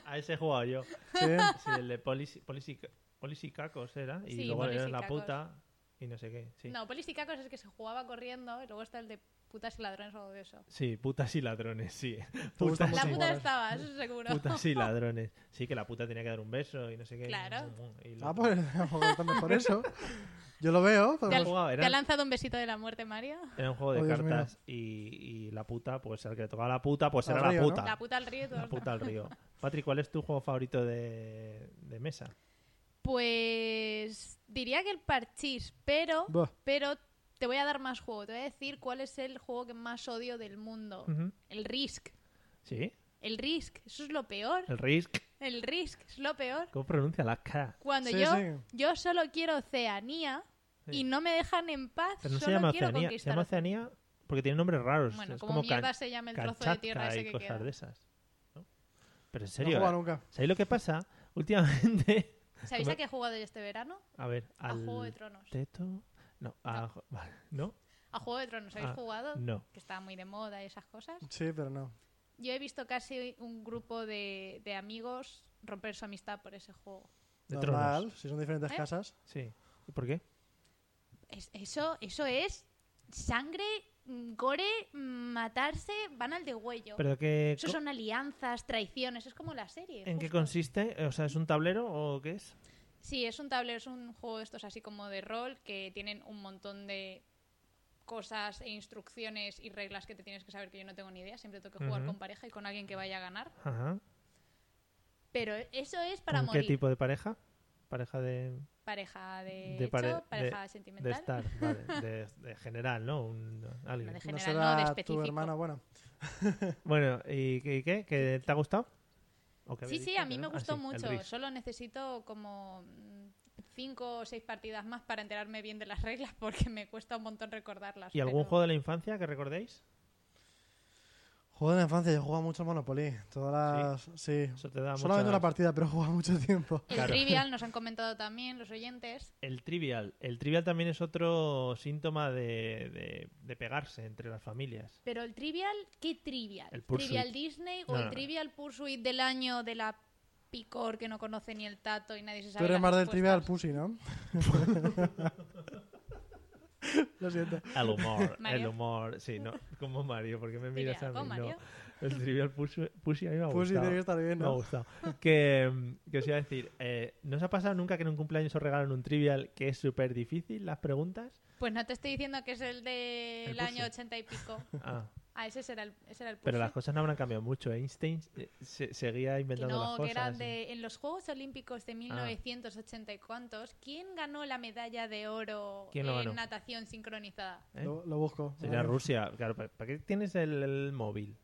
S1: A ese he jugado yo.
S4: Sí.
S1: Sí, el de Policy, policy, policy Cacos era. Y
S3: Sí,
S1: luego le das
S3: Policy
S1: la
S3: Cacos.
S1: puta y no sé qué. Sí,
S3: No, polis y cacos es que se jugaba corriendo y luego está el de putas y ladrones o algo de eso.
S1: sí putas y ladrones, sí.
S4: gusta
S1: Putas,
S3: La
S4: Sí,
S3: puta
S4: igual.
S3: estaba, eso seguro.
S1: putas y ladrones. Sí, que la puta tenía que dar un beso y no sé qué.
S3: Claro.
S1: Y lo-
S4: Ah, pues a lo mejor está mejor eso. Yo lo veo.
S3: ¿Te,
S4: pero-
S3: ha-
S1: Hemos jugado,
S3: te
S1: era-
S3: ha lanzado un besito de la muerte, María?
S1: Era un juego de
S4: Oh, Dios mío.
S1: cartas y, y la puta, pues al que le tocaba la puta, pues
S4: Al
S1: era
S4: río,
S1: la
S4: ¿no?
S1: puta.
S3: La puta al río. todo
S1: La
S3: el
S1: puta al río. Patrick, ¿cuál es tu juego favorito de, de mesa?
S3: Pues diría que el parchís, pero,
S4: Buah.
S3: pero te voy a dar más juego. Te voy a decir cuál es el juego que más odio del mundo.
S1: Ujú.
S3: El Risk.
S1: ¿Sí?
S3: El Risk, eso es lo peor.
S1: El Risk.
S3: El Risk es lo peor.
S1: ¿Cómo pronuncia la K?
S3: Cuando
S4: Sí,
S3: yo,
S4: sí.
S3: yo solo quiero Oceanía
S1: Sí.
S3: y no me dejan en paz,
S1: Pero no
S3: solo
S1: se llama
S3: quiero
S1: Oceanía. Se
S3: conquistar.
S1: llama Oceanía porque tiene nombres raros.
S3: Bueno,
S1: es
S3: como
S1: como
S3: mierda
S1: can-
S3: se llama el trozo de tierra
S1: cachaca
S3: ese
S1: y
S3: que
S1: cosas
S3: queda.
S1: de esas. ¿no? Pero en
S4: No
S1: serio,
S4: juega
S1: ¿eh?
S4: nunca.
S1: ¿sabéis lo que pasa? Últimamente...
S3: ¿Sabéis
S1: Como-
S3: a qué he jugado yo este verano?
S1: A ver,
S3: A
S1: al...
S3: Juego de Tronos.
S1: teto... No, a... ¿No?
S3: A Juego de Tronos, ¿habéis
S1: Ah,
S3: jugado?
S1: no.
S3: Que está muy de moda y esas cosas.
S4: Sí, pero no.
S3: Yo he visto casi un grupo de, de amigos romper su amistad por ese juego.
S1: De
S4: Normal,
S1: Tronos.
S4: si son diferentes
S3: ¿Eh?
S4: casas.
S1: Sí. ¿Y por qué?
S3: Es- eso, eso es sangre, mm, gore, mm, matarse, van al degüello.
S1: Pero que...
S3: Eso son alianzas, traiciones, es como la serie.
S1: ¿En qué
S3: justo.
S1: consiste? Eh, O sea, ¿es un tablero o qué es?
S3: Sí, es un tablero, es un juego de estos así como de rol que tienen un montón de cosas e instrucciones y reglas que te tienes que saber que yo no tengo ni idea. Siempre tengo que jugar
S1: Ujú.
S3: con pareja y con alguien que vaya a ganar.
S1: Ajá.
S3: Pero eso es para
S1: ¿Con
S3: morir.
S1: qué tipo de pareja? Pareja de,
S3: Pareja de,
S1: de pare-
S3: hecho, pareja
S1: de- de
S3: sentimental.
S1: estar, vale, de, de general, ¿no? Un- alguien.
S3: No, de
S4: No
S3: general, no, de
S4: será tu
S3: específico.
S4: hermana, bueno.
S1: Bueno, ¿y, qué- y qué? ¿Que ¿Te ha gustado? ¿O qué
S3: Sí,
S1: habéis
S3: sí,
S1: dicho,
S3: a mí me
S1: perdón? Ah,
S3: gustó
S1: sí, el
S3: mucho.
S1: Risk.
S3: Solo necesito como mm, cinco o seis partidas más para enterarme bien de las reglas porque me cuesta un montón recordarlas.
S1: ¿Y algún
S3: pero-
S1: juego de la infancia que recordéis?
S4: Juego de la infancia, yo jugaba mucho al Monopoly. Todas las. Sí.
S1: Eso te da
S4: Solamente
S1: mucha-
S4: una partida, pero jugaba mucho tiempo.
S3: El
S1: Claro.
S3: Trivial nos han comentado también los oyentes.
S1: El trivial. El trivial también es otro síntoma de, de- de pegarse entre las familias.
S3: Pero el Trivial, ¿qué Trivial?
S1: El Pursuit.
S3: ¿Trivial Disney o
S1: No,
S3: el
S1: no, no.
S3: Trivial Pursuit del año de la picor que no conoce ni el tato y nadie se sabe
S4: Tú
S3: las
S4: eres más del
S3: respuestas?
S4: trivial pussy, ¿no? Lo siento.
S1: El humor, el
S3: Mario.
S1: humor. Sí, no, como Mario, porque me
S3: Diría,
S1: miras a mí.
S3: "Oh, Mario".
S1: No. El trivial push, a mí me ha
S4: Pussy
S1: gustado.
S4: tiene que estar bien,
S1: Me ha
S4: ¿no?
S1: gustado. que, mm, que os iba a decir, eh, ¿No os ha pasado nunca que en un cumpleaños os regalan un trivial que es súper difícil las preguntas?
S3: Pues no te estoy diciendo que es el del
S4: El
S3: año
S4: puzzle.
S3: 80 y pico.
S1: Ah,
S3: Ah, ese será el, ese era el
S1: pero
S3: puzzle.
S1: las cosas no habrán cambiado mucho. Einstein eh, se- seguía
S3: Que
S1: inventando las
S3: no, que
S1: cosas. Ah.
S3: eran de, en los Juegos Olímpicos de 1980 y cuantos, ¿quién ganó la medalla de oro
S1: ¿Quién lo ganó?
S3: en natación sincronizada?
S1: ¿eh?
S4: Lo, lo busco.
S1: Sería Rusia. Claro, ¿pa- ¿para qué tienes el, el móvil?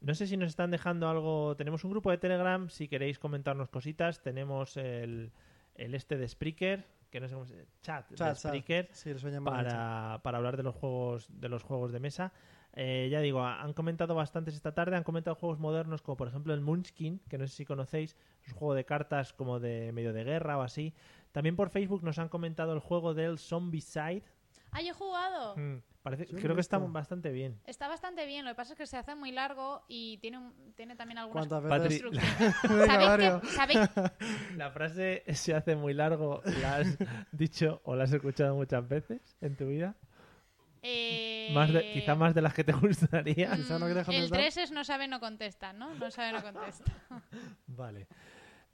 S1: No sé si nos están dejando algo. Tenemos un grupo de Telegram, si queréis comentarnos cositas. Tenemos el, el este de Spreaker, que no sé cómo se Chat, de
S4: Chat, chat.
S1: Spreaker.
S4: Sí, lo sueñan mal hecho.
S1: para, para hablar de los juegos de los juegos de mesa. Eh, ya digo, ha- han comentado bastantes esta tarde, han comentado juegos modernos como por ejemplo el Munchkin, que no sé si conocéis, es un juego de cartas como de medio de guerra o así. También por Facebook nos han comentado el juego del Zombicide.
S3: ¡Ah, yo he jugado!
S1: Mm, parece,
S4: Sí, me
S1: creo que está
S4: gusta.
S1: bastante bien.
S3: Está bastante bien, lo que pasa es que se hace muy largo y tiene, un- tiene también algunas
S4: ¿Cuántas
S1: Patri-
S4: veces?
S3: construcciones.
S4: Venga,
S3: ¿Sabéis
S4: Mario.
S3: que, sabéis-
S1: La frase se hace muy largo, ¿la has dicho o la has escuchado muchas veces en tu vida?
S3: eh,
S1: Más de- quizá más de las que te gustaría.
S3: mm,
S4: Quizá no deja
S3: el
S4: comentar.
S3: 3 es no sabe, no contesta, ¿no? No sabe, no contesta.
S1: Vale.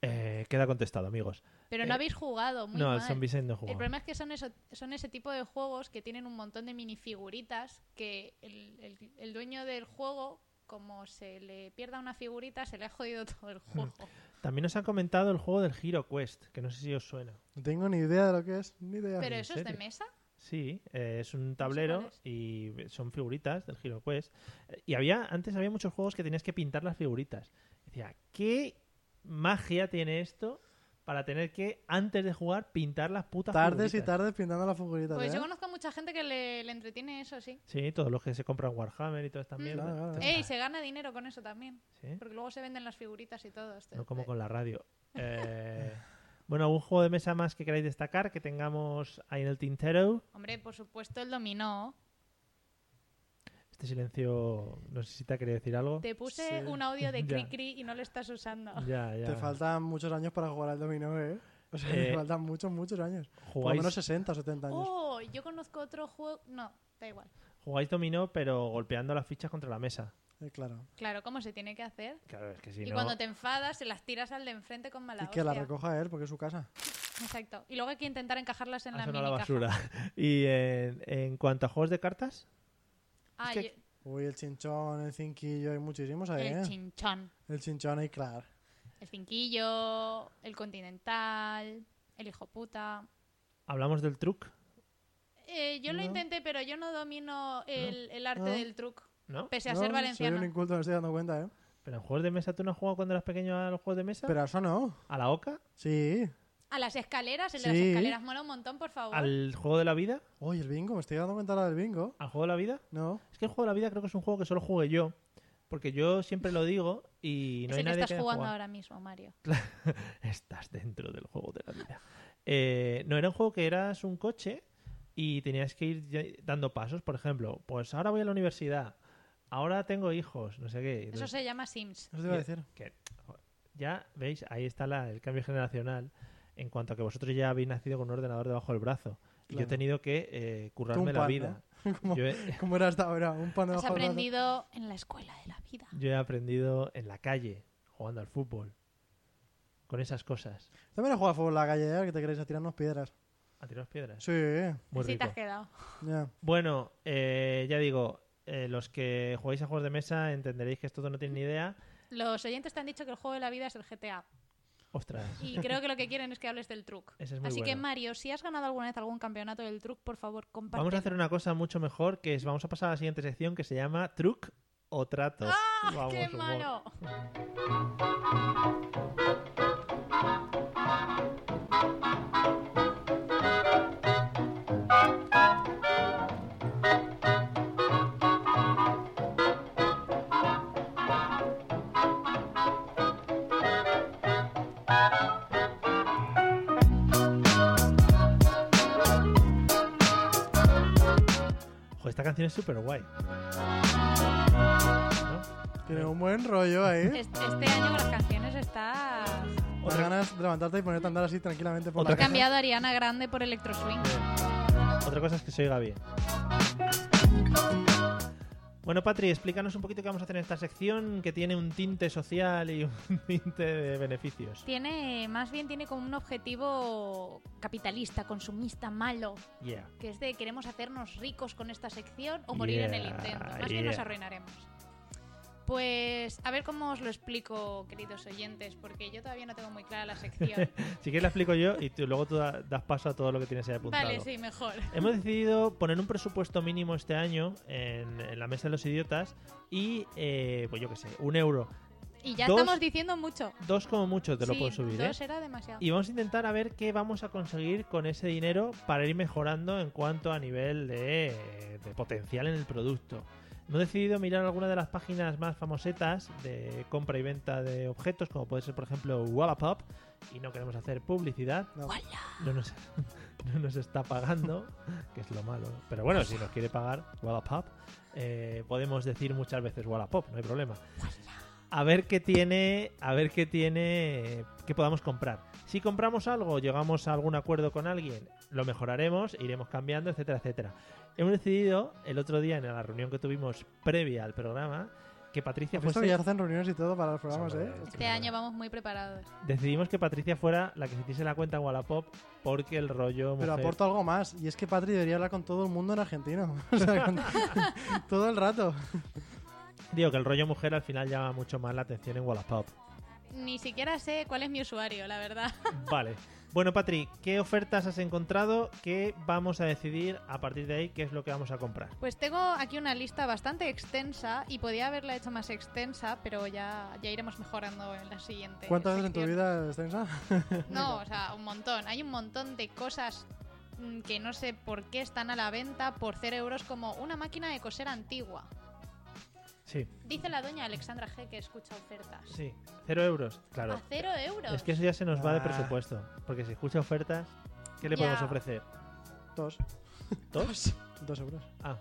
S1: Eh, queda contestado, amigos.
S3: Pero
S1: Eh,
S3: no habéis jugado, muy
S1: no,
S3: mal.
S1: el Zombicide no he
S3: El
S1: jugado.
S3: problema es que son, eso- son ese tipo de juegos que tienen un montón de minifiguritas que el, el- el dueño del juego, como se le pierda una figurita, se le ha jodido todo el
S1: Mm.
S3: juego.
S1: También nos han comentado el juego del Hero Quest, que no sé si os suena.
S4: No tengo ni idea de lo que es, ni idea.
S3: Pero
S1: ¿en
S3: eso es de
S1: serio?
S3: mesa.
S1: Sí, eh, es un tablero
S3: cuál es.
S1: y son figuritas del Hero Quest. Eh, Y había antes había muchos juegos que tenías que pintar las figuritas. Decía, ¿qué magia tiene esto para tener que antes de jugar pintar las putas
S4: tardes y
S1: figuritas?
S4: tardes pintando las figuritas.
S3: Pues
S4: ¿eh?
S3: yo conozco a mucha gente que le, le entretiene eso, sí.
S1: Sí, todos los que se compran Warhammer y todas estas
S3: Mm.
S1: mierdas.
S4: Claro, claro.
S1: Entonces,
S3: Ey, se gana dinero con eso también.
S1: sí,
S3: Porque luego se venden las figuritas y todo. esto.
S1: No como con la radio. Eh, bueno, ¿algún juego de mesa más que queráis destacar que tengamos ahí en el tintero?
S3: Hombre, por supuesto, el dominó.
S1: Este silencio, no sé si te ha querido decir algo.
S3: Te puse
S4: Sí.
S3: un audio de
S1: Ya.
S3: Cri Cri y no lo estás usando.
S1: Ya, ya.
S4: Te faltan muchos años para jugar al dominó, ¿eh? O sea,
S1: Eh,
S4: te faltan muchos, muchos años. Por lo
S1: Jugáis,
S4: menos 60 o 70 años.
S3: Oh, yo conozco otro juego. No, da igual.
S1: jugáis dominó, pero golpeando las fichas contra la mesa.
S4: Eh, claro.
S3: Claro, ¿cómo se tiene que hacer?
S1: Claro, es que si
S3: Y
S1: no.
S3: cuando te enfadas, se las tiras al de enfrente con mala
S4: y que la
S3: hostia.
S4: recoja él porque es su casa.
S3: Exacto. Y luego hay que intentar encajarlas en
S1: ha
S3: la
S1: sonado
S3: mini
S1: Ah, la basura. Y en, en cuanto a juegos de cartas,
S3: Ah,
S4: Es que-
S3: yo-
S4: Uy, el chinchón, el cinquillo, hay muchísimos ahí,
S3: el
S4: ¿eh?
S3: chinchón,
S4: el chinchón y claro.
S3: el cinquillo, el continental, el hijo puta.
S1: hablamos del truc,
S3: Eh, yo lo
S4: No.
S3: intenté, pero yo no domino el, el arte
S4: No.
S3: del truco,
S1: ¿no?
S3: pese a
S4: No,
S3: ser
S4: Soy un
S3: valenciano.
S4: inculto, me estoy dando cuenta, ¿eh?
S1: Pero en juegos de mesa, ¿tú no has jugado cuando eras pequeño a los juegos de mesa?
S4: Pero a eso no.
S1: ¿A la oca?
S4: Sí.
S3: A las escaleras, el de las
S4: Sí.
S3: escaleras mola un montón, por favor.
S1: ¿Al juego de la vida?
S4: Uy, el bingo, me estoy dando cuenta ahora del bingo.
S1: ¿Al juego de la vida?
S4: No.
S1: Es que el juego de la vida creo que es un juego que solo jugué yo. Porque yo siempre lo digo y
S3: Es
S1: no hay
S3: el que
S1: nadie
S3: estás
S1: que haya
S3: jugando
S1: jugado.
S3: ahora mismo, Mario.
S1: Estás dentro del juego de la vida. Eh, no, era un juego que eras un coche y tenías que ir ya- dando pasos. Por ejemplo, pues ahora voy a la universidad, ahora tengo hijos, no sé qué.
S3: Eso se llama Sims.
S4: Eso te iba a decir.
S1: Que- joder, ya veis, ahí está la- el cambio generacional en cuanto a que vosotros ya habéis nacido con un ordenador debajo del brazo. Y yo he
S4: Claro.
S1: tenido que eh,
S4: Tú un
S1: currarme la
S4: pan,
S1: vida.
S4: ¿no? Como,
S1: Yo he-
S4: como era hasta ahora, un pan de
S3: Has
S4: bajo del brazo.
S3: aprendido en la escuela de la vida.
S1: yo he aprendido en la calle, jugando al fútbol, con esas cosas.
S4: También he jugado a fútbol en la calle, ¿eh? que te queréis a tirarnos piedras.
S1: A tirar piedras.
S4: Sí, ya.
S1: Muy
S3: Así te
S1: rico.
S3: has quedado.
S1: Bueno, eh, ya digo, eh, los que jugáis a juegos de mesa entenderéis que esto no tiene ni idea.
S3: Los oyentes te han dicho que el juego de la vida es el GTA.
S1: Ostras,
S3: Y creo que lo que quieren es que hables del truc.
S1: ese es muy
S3: Así
S1: bueno.
S3: que, Mario, si has ganado alguna vez algún campeonato del truc, por favor, comparte.
S1: Vamos a hacer una cosa mucho mejor, que es vamos a pasar a la siguiente sección que se llama Truc o Trato. Vamos,
S3: ¡Ah! ¡Qué
S1: humor.
S3: malo!
S1: Ojo, esta canción es súper guay.
S4: Tiene un buen rollo
S3: Es-
S4: ahí.
S3: Este año con las canciones está...
S4: Las ganas de levantarte y ponerte a andar así tranquilamente por
S1: Otra
S3: He
S4: la calle.
S3: cambiado a Ariana Grande por Electro Swing.
S1: Otra cosa es que se oiga bien. Bueno, Patri, explícanos un poquito qué vamos a hacer en esta sección que tiene un tinte social y un tinte de beneficios.
S3: Tiene, más bien tiene como un objetivo capitalista, consumista, malo,
S1: Yeah.
S3: que es de queremos hacernos ricos con esta sección o morir en el
S1: Yeah,
S3: intento. Más bien
S1: yeah.
S3: nos arruinaremos. Pues a ver cómo os lo explico, queridos oyentes, porque yo todavía no tengo muy clara la sección.
S1: Si quieres la explico yo y tú- luego tú da- das paso a todo lo que tienes ahí apuntado.
S3: vale, sí, mejor.
S1: Hemos decidido poner un presupuesto mínimo este año en, en la mesa de los idiotas y, eh, pues yo qué sé, un euro.
S3: Y ya
S1: Dos-
S3: estamos diciendo mucho.
S1: Dos como mucho te lo
S3: Sí,
S1: puedo subir, ¿eh?
S3: Dos era demasiado.
S1: Y vamos a intentar a ver qué vamos a conseguir con ese dinero para ir mejorando en cuanto a nivel de, de potencial en el producto. Hemos decidido mirar algunas de las páginas más famosetas de compra y venta de objetos, como puede ser, por ejemplo, Wallapop, y no queremos hacer publicidad.
S4: No.
S1: No nos, no nos está pagando, que es lo malo. Pero bueno, si nos quiere pagar Wallapop, eh, podemos decir muchas veces Wallapop, no hay problema. A ver qué tiene, a ver qué tiene, que podamos comprar. Si compramos algo, llegamos a algún acuerdo con alguien, lo mejoraremos, iremos cambiando, etcétera, etcétera. Hemos decidido el otro día en la reunión que tuvimos previa al programa que Patricia
S4: Esto que
S1: fuese
S4: ya hacen reuniones y todo para los programas,
S1: Pues Hombre,
S4: ¿eh?
S3: Este año vamos muy preparados.
S1: decidimos que Patricia fuera la que se hiciese la cuenta en Wallapop porque el rollo
S4: Pero
S1: mujer-
S4: aporto algo más, y es que Patri debería hablar con todo el mundo en argentino. O sea, con- todo el rato.
S1: Digo que el rollo mujer al final llama mucho más la atención en Wallapop.
S3: Ni siquiera sé cuál es mi usuario, la verdad.
S1: Vale. Bueno, Patri, ¿qué ofertas has encontrado? ¿Qué vamos a decidir a partir de ahí? ¿Qué es lo que vamos a comprar?
S3: Pues tengo aquí una lista bastante extensa y podía haberla hecho más extensa, pero ya, ya iremos mejorando en la siguiente.
S4: ¿Cuántas veces en tu
S3: sección.
S4: vida, Stensa?
S3: No, o sea, un montón. Hay un montón de cosas mm, que no sé por qué están a la venta por 0 euros como una máquina de coser antigua.
S1: Sí,
S3: Dice la doña Alexandra G que escucha ofertas.
S1: sí. Cero euros, claro.
S3: A 0 euros.
S1: Es que eso ya se nos va de
S4: Ah.
S1: presupuesto. Porque si escucha ofertas, ¿qué le
S3: Ya.
S1: podemos ofrecer?
S4: Dos.
S3: Pues
S1: ¿Dos?
S4: Dos euros.
S1: Ah.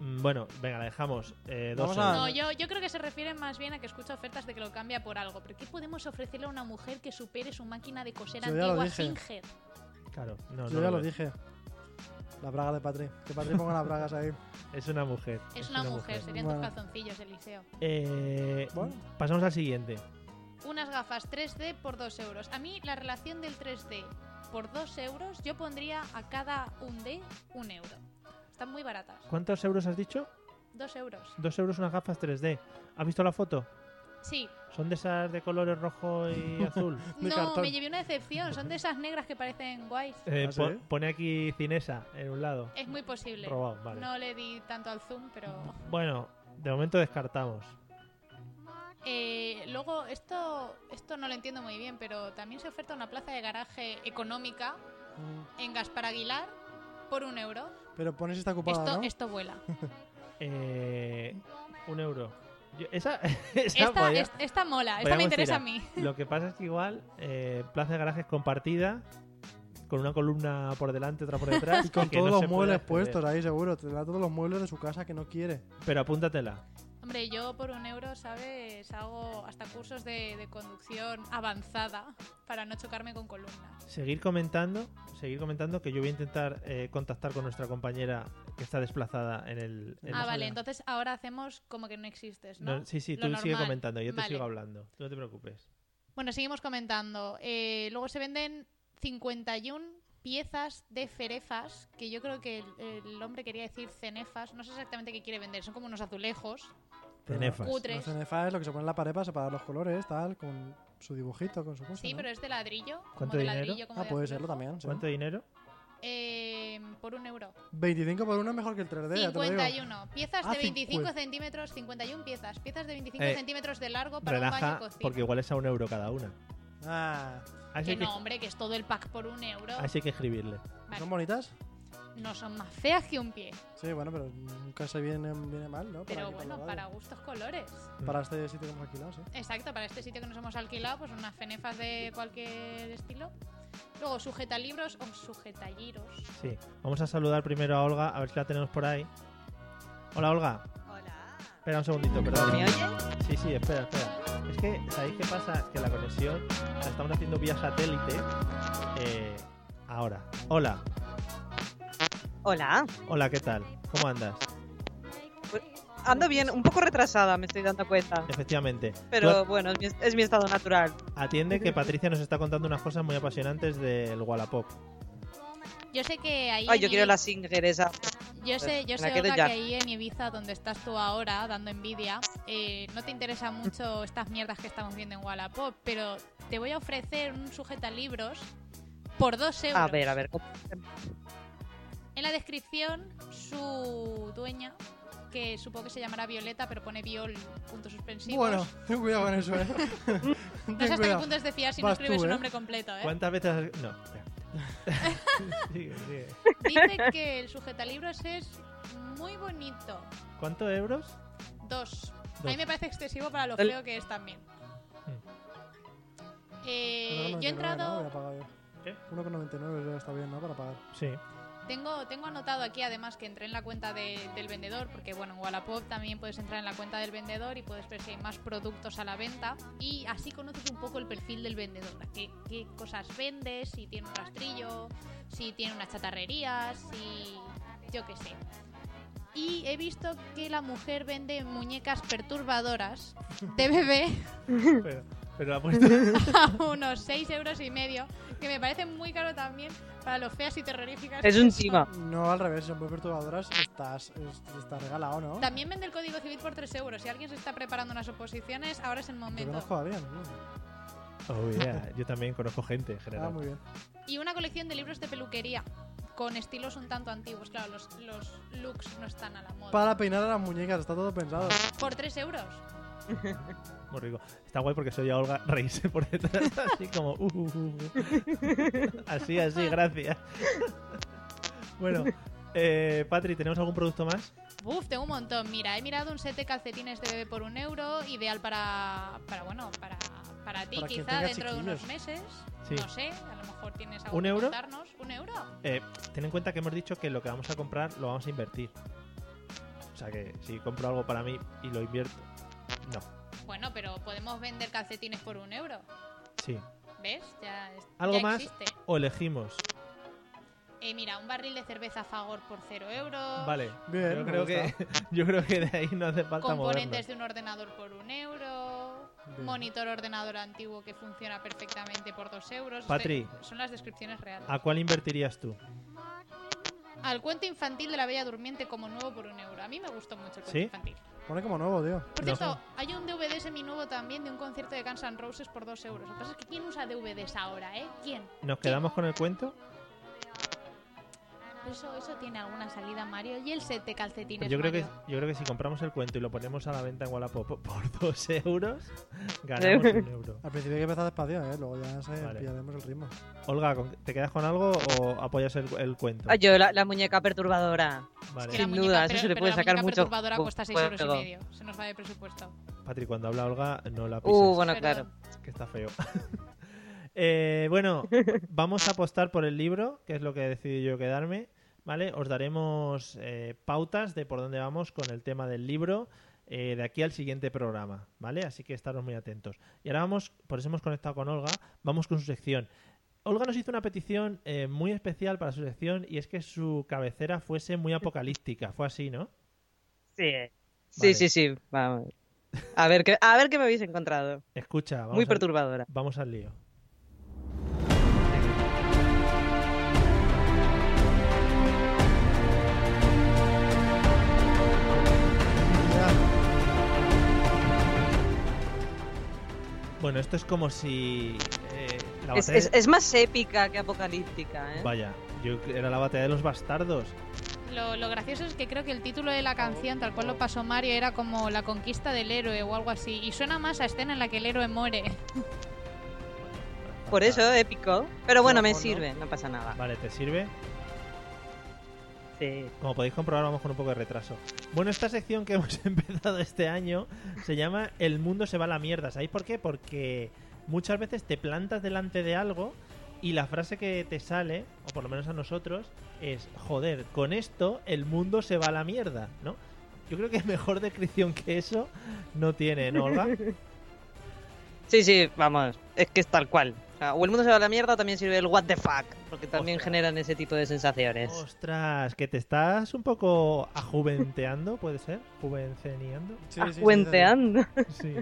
S1: Mm, Bueno, venga, la dejamos. Eh, dos
S4: Vamos a-
S1: euros.
S3: No, yo, yo creo que se refiere más bien a que escucha ofertas de que lo cambia por algo. ¿Pero qué podemos ofrecerle a una mujer que supere su máquina de coser
S4: Yo ya lo
S3: antigua
S4: dije.
S3: Singer?
S1: Claro, no,
S4: Yo
S1: no lo
S4: ya lo
S1: es.
S4: dije. La braga de Patri. Que Patri ponga las bragas ahí.
S1: Es una mujer.
S3: Es una mujer, serían tus
S4: Bueno.
S3: calzoncillos, Eliseo.
S1: Eh,
S4: Bueno.
S1: Pasamos al siguiente.
S3: Unas gafas 3D por 2 euros. A mí la relación del 3D por 2 euros, yo pondría a cada 1D un euro. Están muy baratas.
S1: ¿Cuántos euros has dicho?
S3: 2 euros.
S1: Dos euros unas gafas 3D. ¿Has visto la foto?
S3: Sí.
S1: Son de esas de colores rojo y azul.
S4: De
S3: no,
S4: cartón.
S3: me llevé una decepción. Son de esas negras que parecen guays.
S1: Eh,
S4: ¿Ah, sí?
S1: po- pone aquí Cinesa en un lado.
S3: Es muy posible.
S1: Robado, vale.
S3: No le di tanto al zoom, pero...
S1: Bueno, de momento descartamos.
S3: Eh, luego, esto, esto no lo entiendo muy bien, pero también se oferta una plaza de garaje económica
S4: Mm.
S3: en Gaspar Aguilar por un euro.
S4: Pero pones esta ocupada,
S3: Esto,
S4: ¿no?
S3: esto vuela.
S1: Eh, un euro. Yo- esa, esa
S3: Esta,
S1: podía-
S3: es- esta mola, esta me
S1: podíamos
S3: interesa
S1: tirar.
S3: a mí.
S1: Lo que pasa es que igual, eh, plaza de garajes compartida, con una columna por delante, otra por detrás.
S4: Y con
S1: que
S4: todos
S1: no se
S4: los
S1: puede
S4: muebles
S1: acceder.
S4: puestos ahí, seguro. Tendrá todos los muebles de su casa que no quiere.
S1: Pero apúntatela.
S3: Hombre, yo por un euro, ¿sabes? Hago hasta cursos de, de conducción avanzada para no chocarme con columnas.
S1: Seguir comentando, seguir comentando que yo voy a intentar eh, contactar con nuestra compañera que está desplazada en el... en la
S3: ah, vale,
S1: sala.
S3: entonces ahora hacemos como que no existes, ¿no?
S1: No, sí, sí,
S3: Lo
S1: tú sigue
S3: normal.
S1: comentando, yo te
S3: Vale.
S1: sigo hablando. Tú no te preocupes.
S3: Bueno, seguimos comentando. Eh, luego se venden 51 piezas de ferefas, que yo creo que el, el hombre quería decir cenefas, no sé exactamente qué quiere vender, son como unos azulejos.
S4: Pero
S1: Cenefas.
S3: Cutres.
S4: Los cenefas es lo que se pone en la pared para separar los colores, tal, con su dibujito, con su cosa.
S3: Sí,
S4: ¿no?
S3: pero es de ladrillo. como
S1: ¿Cuánto
S3: de
S1: dinero?
S3: ladrillo, como
S4: Ah,
S3: de
S4: puede
S3: azulejo.
S4: serlo también. sí.
S1: ¿Cuánto dinero?
S3: Eh, por un euro.
S4: 25 por 1 es mejor que el 3D, ya te lo digo.
S3: 51. Piezas
S4: Ah,
S3: de 25
S4: cincu-
S3: centímetros, 51 piezas. Piezas de 25
S1: Eh,
S3: centímetros de largo para un
S1: Relaja,
S3: baño y cocina.
S1: porque igual es a un euro cada una.
S4: Ah,
S1: Así
S3: Que
S1: que,
S3: no, hombre, que es todo el pack por un euro.
S1: así que escribirle.
S3: Vale.
S4: ¿Son bonitas?
S3: No son más feas que un pie.
S4: Sí, bueno, pero nunca se viene, viene mal, ¿no?
S3: Pero
S4: aquí, la
S3: bueno,
S4: radio.
S3: para gustos colores.
S4: Para este sitio que hemos alquilado, sí.
S3: Exacto, para este sitio que nos hemos alquilado, pues unas fenefas de cualquier estilo. Luego, sujetalibros o sujetalliros.
S1: Sí. Vamos a saludar primero a Olga, a ver si la tenemos por ahí. Hola, Olga.
S6: Hola.
S1: Espera un segundito, perdón.
S6: ¿Me oyes?
S1: Sí, sí, espera, espera. Es que, ¿sabéis qué pasa? Que la conexión la estamos haciendo vía satélite. eh, ahora. Hola.
S6: Hola.
S1: Hola, ¿qué tal? ¿Cómo andas?
S6: ando bien, un poco retrasada, me estoy dando cuenta.
S1: Efectivamente.
S6: Pero
S1: Tú
S6: bueno, es mi, es mi estado natural.
S1: atiende que Patricia nos está contando unas cosas muy apasionantes del Wallapop.
S3: Yo sé que ahí.
S6: Ay,
S3: en
S6: yo quiero
S3: Ibiza-
S6: la Singer esa.
S3: Yo sé, yo
S6: Me
S3: sé
S6: la quedo
S3: Olga,
S6: ya.
S3: que ahí en Ibiza, donde estás tú ahora, dando envidia, eh, no te interesan mucho estas mierdas que estamos viendo en Wallapop, pero te voy a ofrecer un sujetalibros por dos euros.
S6: A ver, a ver. ¿cómo?
S3: En la descripción, su dueña, que supongo que se llamará Violeta, pero pone Viol, puntos suspensivos.
S4: Bueno, ten cuidado con eso, eh.
S3: pues. no
S4: ten
S3: sé hasta qué
S4: cuidado.
S3: punto es de fiar si
S4: Vas
S3: no escribes
S4: tú,
S3: su
S4: ¿eh?
S3: nombre completo, ¿eh?
S1: ¿Cuántas veces has- No, espera. Sigue, sigue.
S3: Dice que el sujetalibros es muy bonito.
S1: ¿Cuántos euros?
S3: Dos. A
S1: Dos.
S3: mí me parece excesivo para lo
S6: El-
S3: feo que es también. Eh, yo
S4: 1,99,
S3: he
S4: ¿no?
S3: entrado,
S4: Voy a pagar yo.
S1: ¿Qué?
S4: 1,99 ya está bien, ¿no? Para pagar.
S1: Sí.
S3: tengo, tengo anotado aquí además que entré en la cuenta de- del vendedor, porque bueno, en Wallapop también puedes entrar en la cuenta del vendedor y puedes ver si hay más productos a la venta. Y así conoces un poco el perfil del vendedor, a qué, qué cosas vende, si tiene un rastrillo, si tiene una chatarrería, si yo qué sé. Y he visto que la mujer vende muñecas perturbadoras de bebé.
S1: Pero, pero ha puesto...
S3: a unos 6 euros y medio, que me parece muy caro también para los feas y terroríficas.
S6: Es
S3: que
S6: un
S3: son.
S6: chima.
S4: No, al revés, son muy perturbadoras. Estás, es- está regalado, ¿no?
S3: También vende el Código Civil por 3 euros. Si alguien se está preparando unas oposiciones, ahora es el
S4: Yo
S3: momento.
S4: conozco a bien. ¿no?
S1: Oh, yeah. Yo también conozco gente en
S4: Ah,
S1: general.
S4: muy bien.
S3: Y una colección de libros de peluquería, con estilos un tanto antiguos. Claro, los, los looks no están a la moda.
S4: Para peinar a las muñecas, está todo pensado.
S3: Por 3 euros.
S1: Muy rico. Está guay porque soy a Olga reírse por detrás, así como... "Uh, uh, uh, uh". Así, así, gracias. Bueno, eh, Patri, ¿tenemos algún producto más?
S3: Uf, tengo un montón. Mira, he mirado un set de calcetines de bebé por un euro, ideal para, para bueno, para, para ti
S4: Para que
S3: quizá
S4: tenga
S3: dentro de unos
S4: chiquillos.
S3: meses.
S1: Sí.
S3: No sé, a lo mejor tienes algo
S1: ¿Un
S3: que
S1: euro?
S3: contarnos. ¿Un euro?
S1: Eh, ten en cuenta que hemos dicho que lo que vamos a comprar lo vamos a invertir. O sea que si compro algo para mí y lo invierto... No,
S3: Bueno, pero podemos vender calcetines por un euro.
S1: sí.
S3: ¿Ves? Ya, es-
S1: ¿Algo
S3: ya
S1: más?
S3: existe.
S1: O elegimos.
S3: Eh, mira, un barril de cerveza Fagor por cero euros.
S1: Vale. yo
S4: Bien, me
S1: creo, que, yo creo que de ahí no hace falta movernos.
S3: Componentes de un ordenador por un euro.
S4: Bien.
S3: Monitor ordenador antiguo que funciona perfectamente por dos euros.
S1: Patri.
S3: Estoy- son las descripciones reales.
S1: ¿A cuál invertirías tú?
S3: Al cuento infantil de la Bella Durmiente como nuevo por un euro. A mí me gustó mucho el cuento
S1: ¿Sí?
S3: infantil.
S4: Pone como nuevo, tío.
S3: Por
S1: No.
S3: cierto, hay un DVD semi-nuevo también de un concierto de Guns N' Roses por dos euros. Lo que pasa es que ¿quién usa DVDs ahora, eh? ¿Quién?
S1: ¿Nos quedamos con el cuento?
S3: Eso, eso tiene alguna salida, Mario. Y el set de calcetines.
S1: Pues Yo creo, que,
S3: Mario?
S1: yo creo que si compramos el cuento y lo ponemos a la venta en Wallapop por dos euros, ganamos un euro.
S4: Al principio hay que empezar despacio, ¿eh? Luego ya se
S1: Vale.
S4: pillaremos el
S3: Ah,
S4: ritmo.
S1: Olga, ¿con- ¿te quedas con algo o apoyas el, el cuento?
S6: Ah, yo, la, la muñeca perturbadora.
S3: Que
S1: Vale.
S3: la
S6: sin
S3: muñeca,
S6: duda,
S3: pero-
S6: eso se le
S3: pero
S6: puede
S3: la
S6: sacar
S3: muñeca
S6: mucho
S3: perturbadora
S6: ju-
S3: cuesta 6 euros y
S6: juego.
S3: medio. Se nos va de presupuesto.
S1: Patri, cuando habla Olga, no la pises,
S6: Uh, bueno,
S3: Perdón.
S6: claro.
S1: que está feo. Eh, bueno, vamos a apostar por el libro, que es lo que he decidido yo quedarme, ¿vale? Os daremos eh, pautas de por dónde vamos con el tema del libro eh, de aquí al siguiente programa, ¿vale? Así que estaros muy atentos. Y ahora vamos, por eso hemos conectado con Olga, vamos con su sección. Olga nos hizo una petición eh, muy especial para su sección y es que su cabecera fuese muy apocalíptica, fue así, ¿no?
S6: Sí,
S1: Vale.
S6: sí, sí, sí. Vamos. A ver qué, a ver qué me habéis encontrado.
S1: Escucha, vamos,
S6: Muy
S1: al-
S6: perturbadora.
S1: vamos al lío.
S4: Ya.
S1: Bueno, esto es como si... eh, la
S6: Es,
S1: batalla-
S6: es- es más épica que apocalíptica, ¿eh?
S1: Vaya, yo era la batalla de los bastardos.
S3: Lo, lo gracioso es que creo que el título de la canción, tal cual lo pasó Mario, era como La conquista del héroe o algo así. Y suena más a escena en la que el héroe muere.
S6: Por eso, épico. Pero bueno, me
S4: Ojo, ¿no?
S6: sirve, no pasa nada.
S1: Vale, ¿te sirve?
S6: Sí.
S1: Como podéis comprobar, vamos con un poco de retraso. Bueno, esta sección que hemos empezado este año se llama El mundo se va a la mierda. ¿Sabéis por qué? Porque muchas veces te plantas delante de algo y la frase que te sale, o por lo menos a nosotros, es, joder, con esto el mundo se va a la mierda, ¿no? Yo creo que mejor descripción que eso no tiene, ¿no, Olga?
S6: Sí, sí, vamos. Es que es tal cual. O sea, o el mundo se va a la mierda o también sirve el what the fuck, porque también generan ese tipo de sensaciones.
S1: Ostras, que te estás un poco ajuventeando, puede ser, juvenceneando,
S4: Sí, sí, sí, sí, sí.
S6: Ajuventeando.
S1: sí,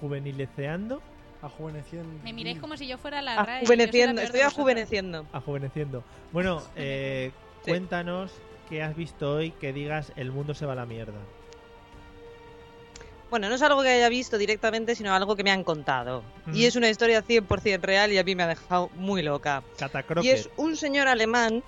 S1: juvenileceando,
S4: Ajuveneciendo.
S3: Me miráis como si yo fuera la RAE.
S6: Ajuveneciendo. Estoy
S3: ajuveneciendo
S6: ajuveneciendo.
S1: ajuveneciendo. Bueno, eh,
S6: Sí.
S1: cuéntanos qué has visto hoy que digas el mundo se va a la mierda.
S6: Bueno, no es algo que haya visto directamente, sino algo que me han contado.
S1: Ujú.
S6: Y es una historia 100% real y a mí me ha dejado muy loca.
S1: Catacroque.
S6: Y es un señor alemán.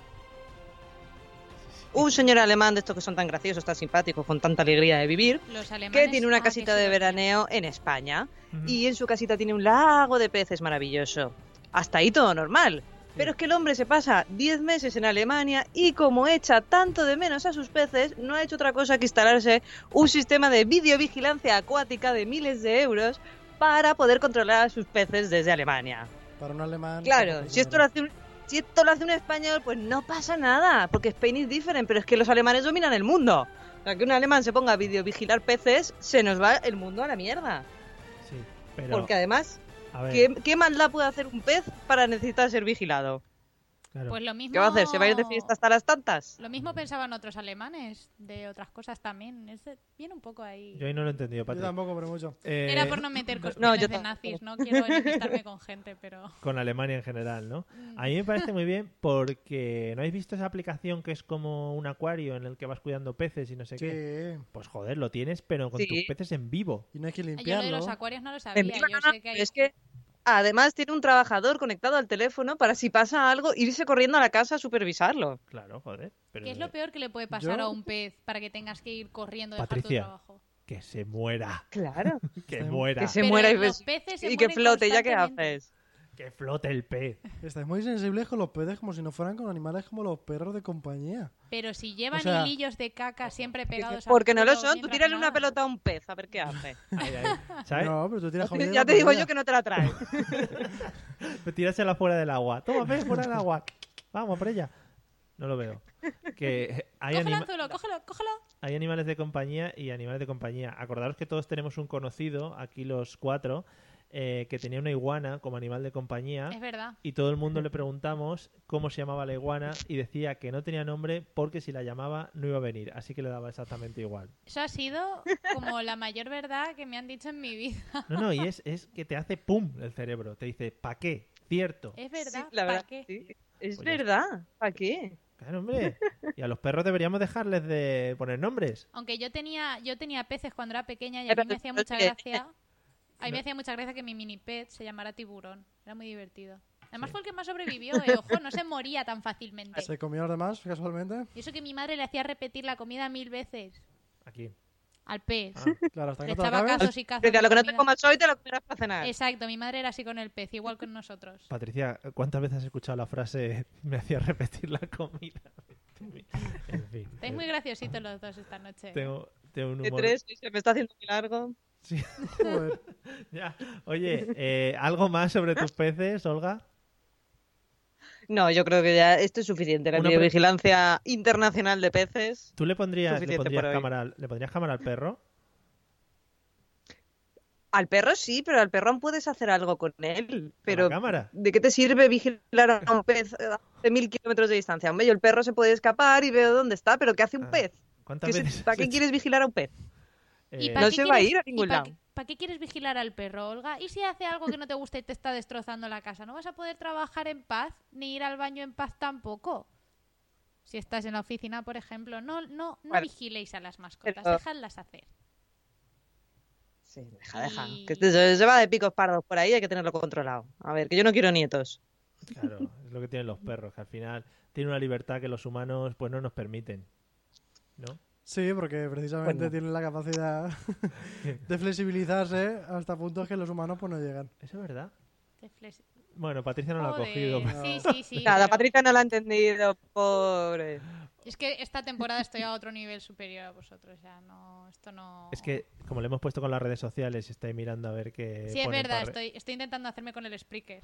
S6: Un señor alemán de estos que son tan graciosos, tan simpáticos, con tanta alegría de vivir,
S3: Los alemanes.
S6: que tiene una
S3: ah,
S6: casita
S3: que
S6: de
S3: sí.
S6: veraneo en España.
S1: Ujú.
S6: Y en su casita tiene un lago de peces maravilloso. Hasta ahí todo normal. Pero es que el hombre se pasa 10 meses en Alemania y como echa tanto de menos a sus peces, no ha hecho otra cosa que instalarse un sistema de videovigilancia acuática de miles de euros para poder controlar a sus peces desde Alemania.
S4: Para un alemán.
S6: Claro,
S4: tampoco
S6: si esto lo
S4: primero.
S6: hace un, si esto lo hace un español, pues no pasa nada, porque Spain is different, pero es que los alemanes dominan el mundo. O sea, que un alemán se ponga a videovigilar peces, se nos va el mundo a la mierda.
S1: Sí, pero, pues,
S6: Porque además,
S1: a ver,
S6: ¿qué, qué maldad puede hacer un pez para necesitar ser vigilado?
S1: claro.
S3: Pues lo mismo.
S6: ¿Qué va a hacer? ¿Se va a ir de fiesta hasta las tantas?
S3: Lo mismo pensaban otros alemanes de otras cosas también. Es de- viene un poco ahí.
S1: yo ahí no lo he entendido,
S4: Yo
S1: Patrick.
S4: tampoco, pero mucho.
S1: Eh,
S3: Era por no meter cuestiones
S6: yo
S3: de
S6: tampoco.
S3: nazis. No quiero enemistarme con gente, pero.
S1: Con Alemania en general, ¿no?
S3: Mm.
S1: A mí me parece muy bien porque ¿no habéis visto esa aplicación que es como un acuario en el que vas cuidando peces y no sé
S4: Sí.
S1: qué? Pues joder, lo tienes, pero con
S6: Sí.
S1: tus peces en vivo.
S4: Y no hay que
S3: Yo lo de
S4: limpiarlo.
S3: los acuarios no lo sabía.
S6: Mentira,
S3: Yo
S6: no, no,
S3: sé que hay.
S6: pero es que además tiene un trabajador conectado al teléfono para si pasa algo irse corriendo a la casa a supervisarlo.
S1: Claro, joder. Pero
S3: ¿Qué es lo peor que le puede pasar
S4: Yo-
S3: a un pez para que tengas que ir corriendo dejar
S1: Patricia.
S3: tu trabajo?
S1: Que se muera,
S6: Claro.
S1: que
S4: Sí.
S1: muera,
S6: Que
S1: que,
S6: se
S3: Pero
S6: muera y,
S3: los
S6: ves-
S3: peces se
S6: y que
S3: mueren
S6: flote, ¿ya qué
S3: constantemente.
S6: haces?
S1: flote el pez.
S4: Estáis muy sensibles con los peces como si no fueran con animales como los perros de compañía.
S3: Pero si llevan
S4: O sea-
S3: hilillos de caca siempre pegados
S6: Porque
S3: al
S6: no lo
S3: culo
S6: son, tú
S3: mientras
S6: tírale una
S3: nadan.
S6: pelota a un pez a ver qué hace.
S1: Ahí, ahí. ¿Sabes?
S4: No, pero tú tiras comida.
S6: ya te digo yo que no te la traes.
S1: Tirársela Pues fuera del agua. Toma, pez, fuera del agua. Vamos, por ella. No lo veo. Que hay,
S3: Cógelo,
S1: anima-
S3: anzuelo, cógelo, cógelo.
S1: hay animales de compañía y animales de compañía. Acordaros que todos tenemos un conocido, aquí los cuatro, eh, que tenía una iguana como animal de
S4: ¿Ah?
S1: compañía.
S3: Es verdad.
S1: y todo el mundo le preguntamos cómo se llamaba la iguana y decía que no tenía nombre porque si la llamaba no iba a venir, así que le daba exactamente igual.
S3: Eso ha sido como la mayor verdad que me han dicho en mi vida.
S1: No, no, y es, es que te hace pum el cerebro, te dice, ¿pa' qué? Cierto.
S3: Es
S6: Sí,
S3: verdad.
S6: la
S3: ¿pa'
S6: verdad,
S3: qué?
S6: sí. Es
S1: Pues ya
S6: verdad. ¿Para qué?
S1: Claro, hombre. Y a los perros deberíamos dejarles de poner nombres.
S3: Aunque yo tenía, yo tenía peces cuando era pequeña y a
S6: Pero
S3: mí me
S6: tú
S3: hacía
S6: no
S3: mucha
S6: tienes.
S3: gracia. A mí
S1: No.
S3: me hacía mucha gracia que mi mini pet se llamara tiburón. Era muy divertido. Además fue el que más sobrevivió, eh, ojo, no se moría tan fácilmente.
S4: Se comió a los demás, casualmente.
S3: Y eso que mi madre le hacía repetir la comida mil veces
S1: Aquí.
S3: al pez.
S1: Ah,
S4: Claro, hasta que
S3: Le
S4: no te lo
S3: echaba
S4: acabes.
S3: cazos y cazos.
S6: Porque a
S3: de
S6: lo que no te
S3: comida.
S6: comas hoy te lo comerás para cenar.
S3: Exacto, mi madre era así con el pez, igual con nosotros.
S1: Patricia, ¿cuántas veces has escuchado la frase me hacía repetir la comida? En fin.
S3: Estáis muy graciositos los dos esta noche.
S1: Tengo, tengo un
S6: De
S1: humor.
S6: tres, y se me está haciendo muy largo.
S4: Joder.
S1: Ya. Oye, eh, ¿algo más sobre tus peces, Olga?
S6: No, yo creo que ya esto es suficiente. La
S1: Una pre-
S6: videovigilancia internacional de peces.
S1: ¿Tú le pondrías, le
S6: Suficiente
S1: pondrías
S6: por hoy.
S1: cámara, al- ¿le pondrías cámara al perro?
S6: Al perro sí, pero al perrón puedes hacer algo con él. Pero
S1: cámara?
S6: ¿de qué te sirve vigilar a un pez eh, de mil kilómetros de distancia? Hombre, yo el perro se puede escapar y veo dónde está, pero ¿qué hace un
S1: Ah,
S6: pez?
S1: ¿Cuántas
S6: ¿Qué
S1: veces?
S6: se- ¿Para qué quieres vigilar a un pez?
S3: ¿Y
S1: Eh,
S3: pa'
S6: No
S3: qué
S6: se va a
S3: quieres-
S6: ir a
S3: y
S6: ningún
S3: pa'
S6: lado.
S3: qué- ¿Para qué quieres vigilar al perro, Olga? ¿Y si hace algo que no te gusta y te está destrozando la casa? ¿No vas a poder trabajar en paz ni ir al baño en paz tampoco? Si estás en la oficina, por ejemplo, no, no, no
S6: Bueno.
S3: vigiléis a las mascotas,
S6: Pero-
S3: dejadlas hacer.
S6: Sí, deja, deja.
S3: Y-
S6: Que este se, se va de picos pardos por ahí, hay que tenerlo controlado. A ver, que yo no quiero nietos.
S1: Claro, es lo que tienen los perros, que al final tienen una libertad que los humanos pues no nos permiten. ¿No?
S4: Sí, porque precisamente
S6: Bueno.
S4: tienen la capacidad de flexibilizarse hasta puntos que los humanos pues no llegan.
S1: Eso es verdad.
S3: Te flex-
S1: Bueno, Patricia no lo ha
S3: Joder,
S1: cogido.
S3: Sí, sí, sí.
S6: Nada,
S3: pero
S6: Patricia no lo ha entendido, pobre.
S3: Es que esta temporada estoy a otro nivel superior a vosotros. Ya no, esto no.
S1: Es que, eh, como le hemos puesto con las redes sociales, estáis mirando a ver qué.
S3: Sí, es
S1: ponen
S3: verdad,
S1: para re-
S3: estoy, estoy intentando hacerme con el Spreaker.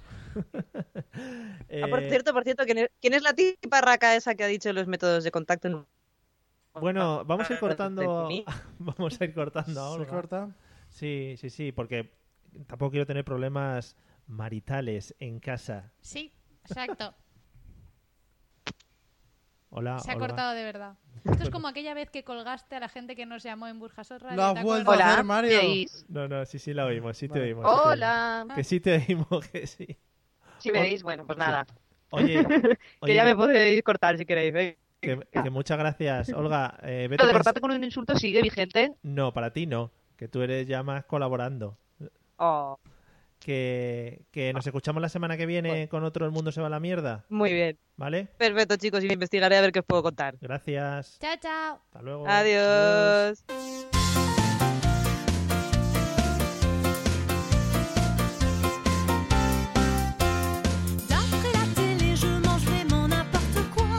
S1: Eh,
S6: Ah, por cierto, por cierto, ¿quién es, quién es la tiparraca esa que ha dicho los métodos de contacto? en-
S1: Bueno, vamos a ir cortando.
S6: Ah, Mí?
S1: vamos a ir cortando
S4: Se
S1: ahora.
S4: corta.
S1: Sí, sí, sí, porque tampoco quiero tener problemas maritales en casa.
S3: Sí, exacto.
S1: Hola,
S3: Se ha
S1: Ah, hola.
S3: cortado de verdad. Esto es como aquella vez que colgaste a la gente que nos llamó en Burjasot Radio.
S4: Lo has
S3: ¿te
S4: vuelto
S3: acuerdas?
S4: a
S6: Hola,
S4: hacer, Mario.
S6: ¿me oís?
S1: No, no, sí, sí la oímos, sí te
S4: Ah, Vale.
S1: oímos. sí te
S6: Hola.
S1: oímos. Que sí te oímos, que sí.
S6: Si me oís, bueno, pues nada.
S1: Oye,
S6: Que
S1: oye,
S6: ya me podéis cortar si queréis. ¿eh?
S1: que- que muchas gracias. Olga, eh, vete
S6: Lo de
S1: pens-
S6: cortarte con un insulto sigue vigente.
S1: No, para ti no, que tú eres ya más colaborando.
S6: Oh,
S1: Que, que
S6: Ah.
S1: nos escuchamos la semana que viene con otro El Mundo se va a la mierda,
S6: muy bien.
S1: ¿vale?
S6: Perfecto, chicos, y me investigaré a ver qué os puedo contar.
S1: Gracias.
S3: Chao, chao.
S1: Hasta luego.
S6: Adiós.
S2: D'après la télé, je mangerai mon n'importe quoi.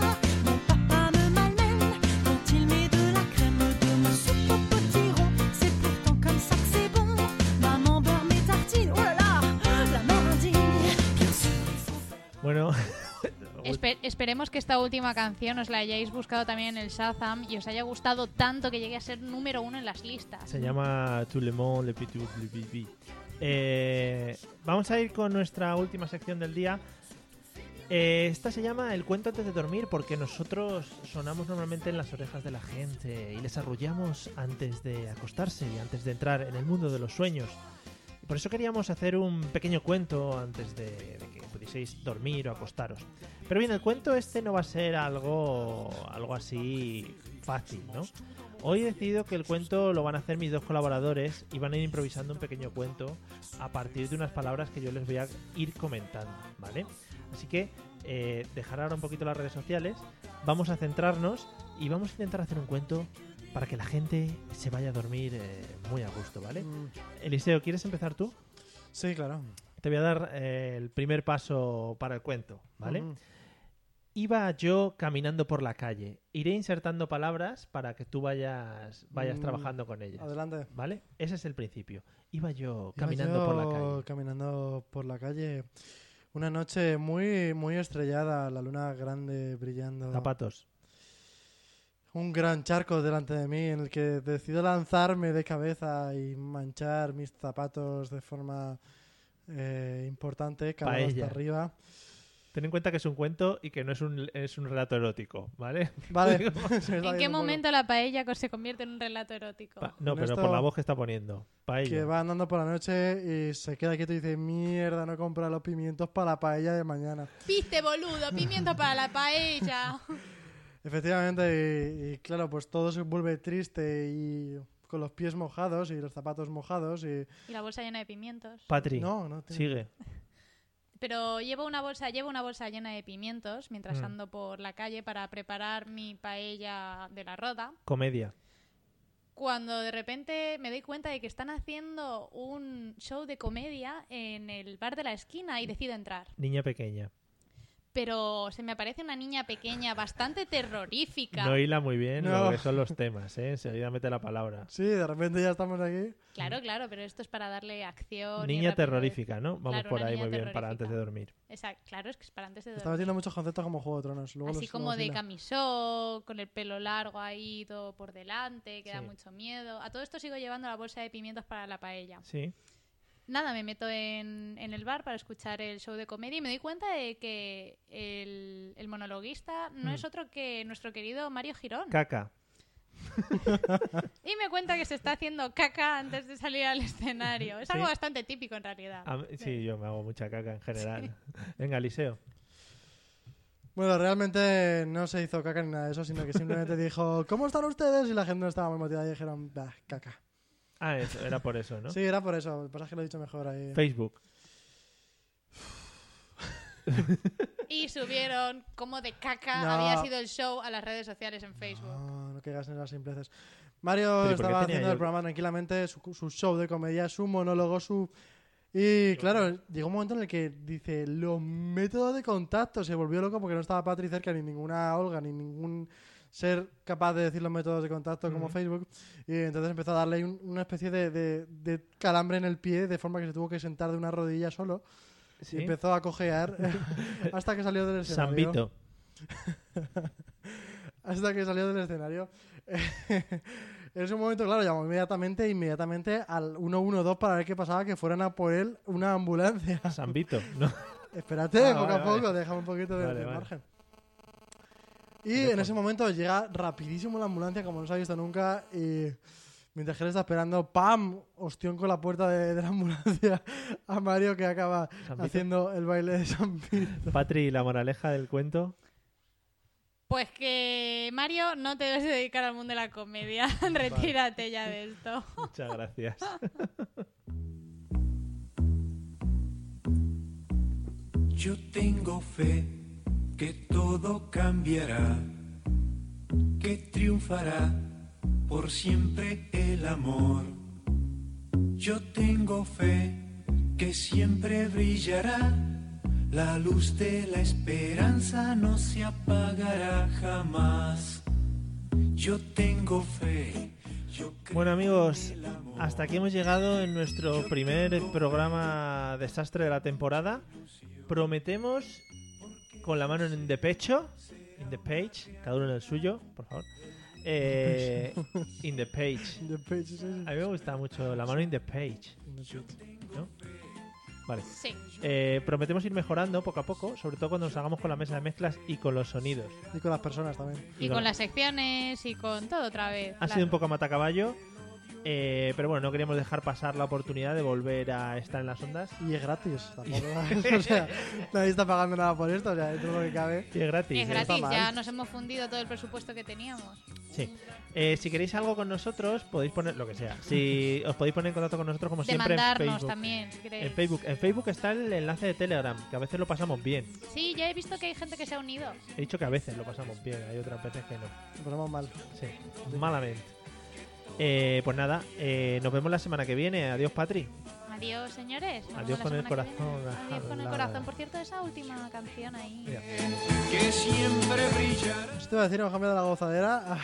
S2: Mon papa me malmène quand il met de la crème de mon soupe au potiron. C'est pourtant comme ça que c'est bon. Maman beurre mes tartines. Oh là là, la marindine. Bien sûr, il faut faire.
S1: Bueno,
S3: Espe- esperemos que esta última canción os la hayáis buscado también en el Shazam y os haya gustado tanto que llegue a ser número uno en las listas.
S1: se llama Tout le monde, le petit, le petit. Eh, vamos a ir con nuestra última sección del día. Eh, esta se llama El cuento antes de dormir porque nosotros sonamos normalmente en las orejas de la gente y les arrullamos antes de acostarse y antes de entrar en el mundo de los sueños. Y Por eso queríamos hacer un pequeño cuento antes de, de que pudieseis dormir o acostaros. Pero bien, el cuento este no va a ser algo, algo así fácil, ¿no? Hoy he decidido que el cuento lo van a hacer mis dos colaboradores y van a ir improvisando un pequeño cuento a partir de unas palabras que yo les voy a ir comentando, ¿vale? Así que eh, dejar ahora un poquito las redes sociales, vamos a centrarnos y vamos a intentar hacer un cuento para que la gente se vaya a dormir eh, muy a gusto, ¿vale? Eliseo, ¿quieres empezar tú?
S4: Sí, claro.
S1: Te voy a dar eh, el primer paso para el cuento, ¿vale?
S4: Ujú.
S1: Iba yo caminando por la calle. Iré insertando palabras para que tú vayas, vayas
S4: Mm,
S1: trabajando con ellas.
S4: Adelante.
S1: ¿Vale? Ese es el principio. Iba yo
S4: Iba
S1: caminando por la
S4: yo
S1: calle.
S4: Caminando por la calle. Una noche muy, muy estrellada, la luna grande brillando.
S1: Zapatos.
S4: Un gran charco delante de mí en el que decido lanzarme de cabeza y manchar mis zapatos de forma eh, importante, calar hasta
S1: Paella.
S4: arriba.
S1: Ten en cuenta que es un cuento y que no es un, es un relato erótico, ¿vale?
S4: Vale. se me está
S3: ¿En
S4: yendo
S3: qué
S4: un poco.
S3: momento la paella co- se convierte en un relato erótico?
S1: Pa- no,
S4: Con
S1: pero
S4: esto-
S1: por la voz que está poniendo.
S4: Que
S1: Paella.
S4: va andando por la noche y se queda quieto y dice, mierda, no compra los pimientos para la paella de mañana.
S3: Viste, boludo, pimiento para la paella.
S4: Efectivamente, y, y claro, pues todo se vuelve triste y con los pies mojados y los zapatos mojados y...
S3: Y la bolsa llena de pimientos.
S1: Patri,
S4: No, no tiene-
S1: sigue.
S3: Pero llevo una bolsa, llevo una bolsa llena de pimientos mientras
S1: Mm.
S3: ando por la calle para preparar mi paella de la roda.
S1: Comedia.
S3: Cuando de repente me doy cuenta de que están haciendo un show de comedia en el bar de la esquina y decido entrar.
S1: Niña pequeña.
S3: Pero se me aparece una niña pequeña bastante terrorífica.
S1: No hila muy bien
S4: No.
S1: lo que son los temas, ¿eh? Enseguida mete la palabra.
S4: Sí, de repente ya estamos aquí.
S3: Claro, claro, pero esto es para darle acción. y
S1: Niña
S3: rapidez.
S1: terrorífica, ¿no? Vamos
S3: Claro,
S1: por
S3: una
S1: ahí
S3: niña
S1: muy bien para antes de
S3: terrorífica.
S1: dormir.
S3: Exacto, claro, es que es para antes de
S4: Está
S3: dormir.
S4: metiendo muchos conceptos como Juego de Tronos. Luego
S3: Así
S4: los-
S3: como
S4: los
S3: de
S4: hila.
S3: camisón, con el pelo largo ahí, todo por delante, que da
S1: Sí.
S3: mucho miedo. A todo esto sigo llevando la bolsa de pimientos para la paella.
S1: Sí.
S3: Nada, me meto en, en el bar para escuchar el show de comedia y me doy cuenta de que el, el monologuista no
S1: Mm.
S3: es otro que nuestro querido Mario Girón.
S1: Caca.
S3: y me cuenta que se está haciendo caca antes de salir al escenario. Es algo
S1: Sí.
S3: bastante típico en realidad.
S1: A mí- sí, yo me hago mucha caca en general. Venga, Eliseo.
S4: Bueno, realmente no se hizo caca ni nada de eso, sino que simplemente dijo, ¿cómo están ustedes? Y la gente no estaba muy motivada y dijeron, bah, caca.
S1: Ah, eso, era por eso, ¿no?
S4: Sí, era por eso. El pasaje lo he dicho mejor ahí.
S1: Facebook.
S3: Y subieron como de caca
S4: No.
S3: había sido el show a las redes sociales en Facebook.
S4: No, no caigas en las simpleces. Mario
S1: Pero ¿y por qué
S4: estaba
S1: tenía
S4: haciendo
S1: yo
S4: el
S1: el-
S4: programa tranquilamente, su, su show de comedia, su monólogo, su... Y claro, llegó un momento en el que dice, los métodos de contacto, se volvió loco porque no estaba Patri cerca, ni ninguna Olga, ni ningún ser capaz de decir los métodos de contacto como
S1: Ujú.
S4: Facebook. Y entonces empezó a darle un- una especie de, de- de calambre en el pie, de forma que se tuvo que sentar de una rodilla solo.
S1: Sí.
S4: Y empezó a cojear hasta que salió del escenario.
S1: Zambito.
S4: Hasta que salió del escenario. En ese momento, claro, llamó inmediatamente, inmediatamente al 112 para ver qué pasaba, que fueran a por él una ambulancia.
S1: Sambito, ¿no?
S4: Espérate,
S1: Ah,
S4: poco
S1: vale,
S4: a poco,
S1: vale.
S4: déjame un poquito de,
S1: Vale,
S4: de
S1: vale.
S4: margen. Y en ese momento llega rapidísimo la ambulancia, como no se ha visto nunca, y mientras que él está esperando, ¡pam! Ostión con la puerta de, de la ambulancia a Mario que acaba
S1: Vito?
S4: haciendo el baile de San Vito.
S1: Patri, la moraleja del cuento.
S3: Pues que Mario, no te debes dedicar al mundo de la comedia. Retírate ya de esto.
S1: Muchas gracias.
S7: Yo tengo fe que todo cambiará, que triunfará por siempre el amor. Yo tengo fe que siempre brillará, la luz de la esperanza no se apagará jamás. Yo tengo fe. yo creo
S1: Bueno amigos,
S7: en el amor.
S1: hasta aquí hemos llegado en nuestro primer programa desastre de la temporada. Prometemos con la mano en the pecho, in the page, cada uno en el suyo, por favor. Eh, in the page.
S4: The page, sí, sí.
S1: A mí me gusta mucho la mano in the page, ¿no? Vale.
S3: Sí.
S1: Eh, prometemos ir mejorando poco a poco, sobre todo cuando nos hagamos con la mesa de mezclas y con los sonidos.
S4: Y con las personas también.
S3: Y con las secciones y con todo otra vez.
S1: Ha
S3: claro.
S1: sido un poco a matacaballo, eh, pero bueno, no queríamos dejar pasar la oportunidad de volver a estar en las ondas.
S4: Y es gratis, tampoco. o sea, nadie está pagando nada por esto, o sea, dentro de lo que cabe.
S1: Y es gratis.
S3: Es
S1: ¿eh?
S3: gratis,
S4: mal.
S3: ya nos hemos fundido todo el presupuesto que teníamos.
S1: Sí. Eh, si queréis algo con nosotros, podéis poner lo que sea. Si os podéis poner en contacto con nosotros, como siempre, en
S3: Demandarnos
S1: Facebook.
S3: también, si queréis.
S1: En Facebook. En Facebook está el enlace de Telegram, que a veces lo pasamos bien.
S3: Sí, ya he visto que hay gente que se ha unido.
S1: He dicho que a veces lo pasamos bien, hay otras veces que no.
S4: Lo ponemos mal.
S1: Sí, malamente. Eh, pues nada, eh, nos vemos la semana que viene. Adiós, Patri.
S3: Adiós, señores. Nos
S1: Adiós
S3: vemos la
S1: con el
S3: semana que
S1: corazón
S3: viene. Adiós con el
S1: jalado.
S3: corazón. Por cierto, esa última canción ahí.
S1: Mira.
S7: que siempre brillará.
S4: Esto iba a decir, hemos cambiado la gozadera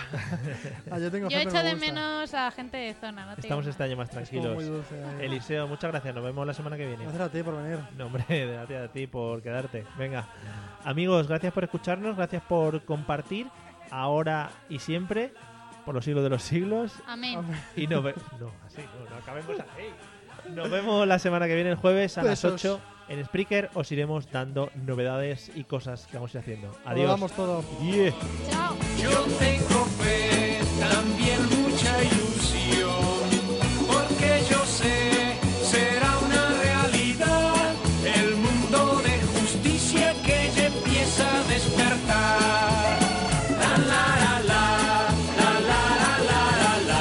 S4: a, a yo tengo
S3: Yo
S4: fe, pero
S3: echo
S4: me
S3: de
S4: gusta.
S3: menos a gente de zona. No te
S1: Estamos
S3: digo
S1: este
S3: nada.
S1: año más
S4: Es como
S1: tranquilos.
S4: muy dulce. ahí.
S1: Eliseo, muchas gracias. Nos vemos la semana que viene.
S4: Gracias a ti por venir.
S1: No, hombre, gracias a ti por quedarte. Venga, amigos, gracias por escucharnos, gracias por compartir ahora y siempre, por los siglos de los siglos.
S3: Amén.
S1: Y nos vemos. No, así, no, no acabemos así. Nos vemos la semana que viene, el jueves a las
S4: Besos.
S1: 8 en Spreaker. Os iremos dando novedades y cosas que vamos a ir haciendo.
S4: Lo
S1: Adiós.
S4: damos todo.
S1: Yeah.
S3: Chao.
S7: Yo tengo fe, también mucha ilusión, porque yo sé, será una realidad, el mundo de justicia que ya empieza a despertar. La, la, la, la, la, la, la, la,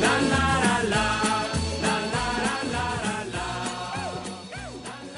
S7: la, la, la, la, la, la, la, la, la, la, la.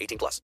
S8: 18 plus.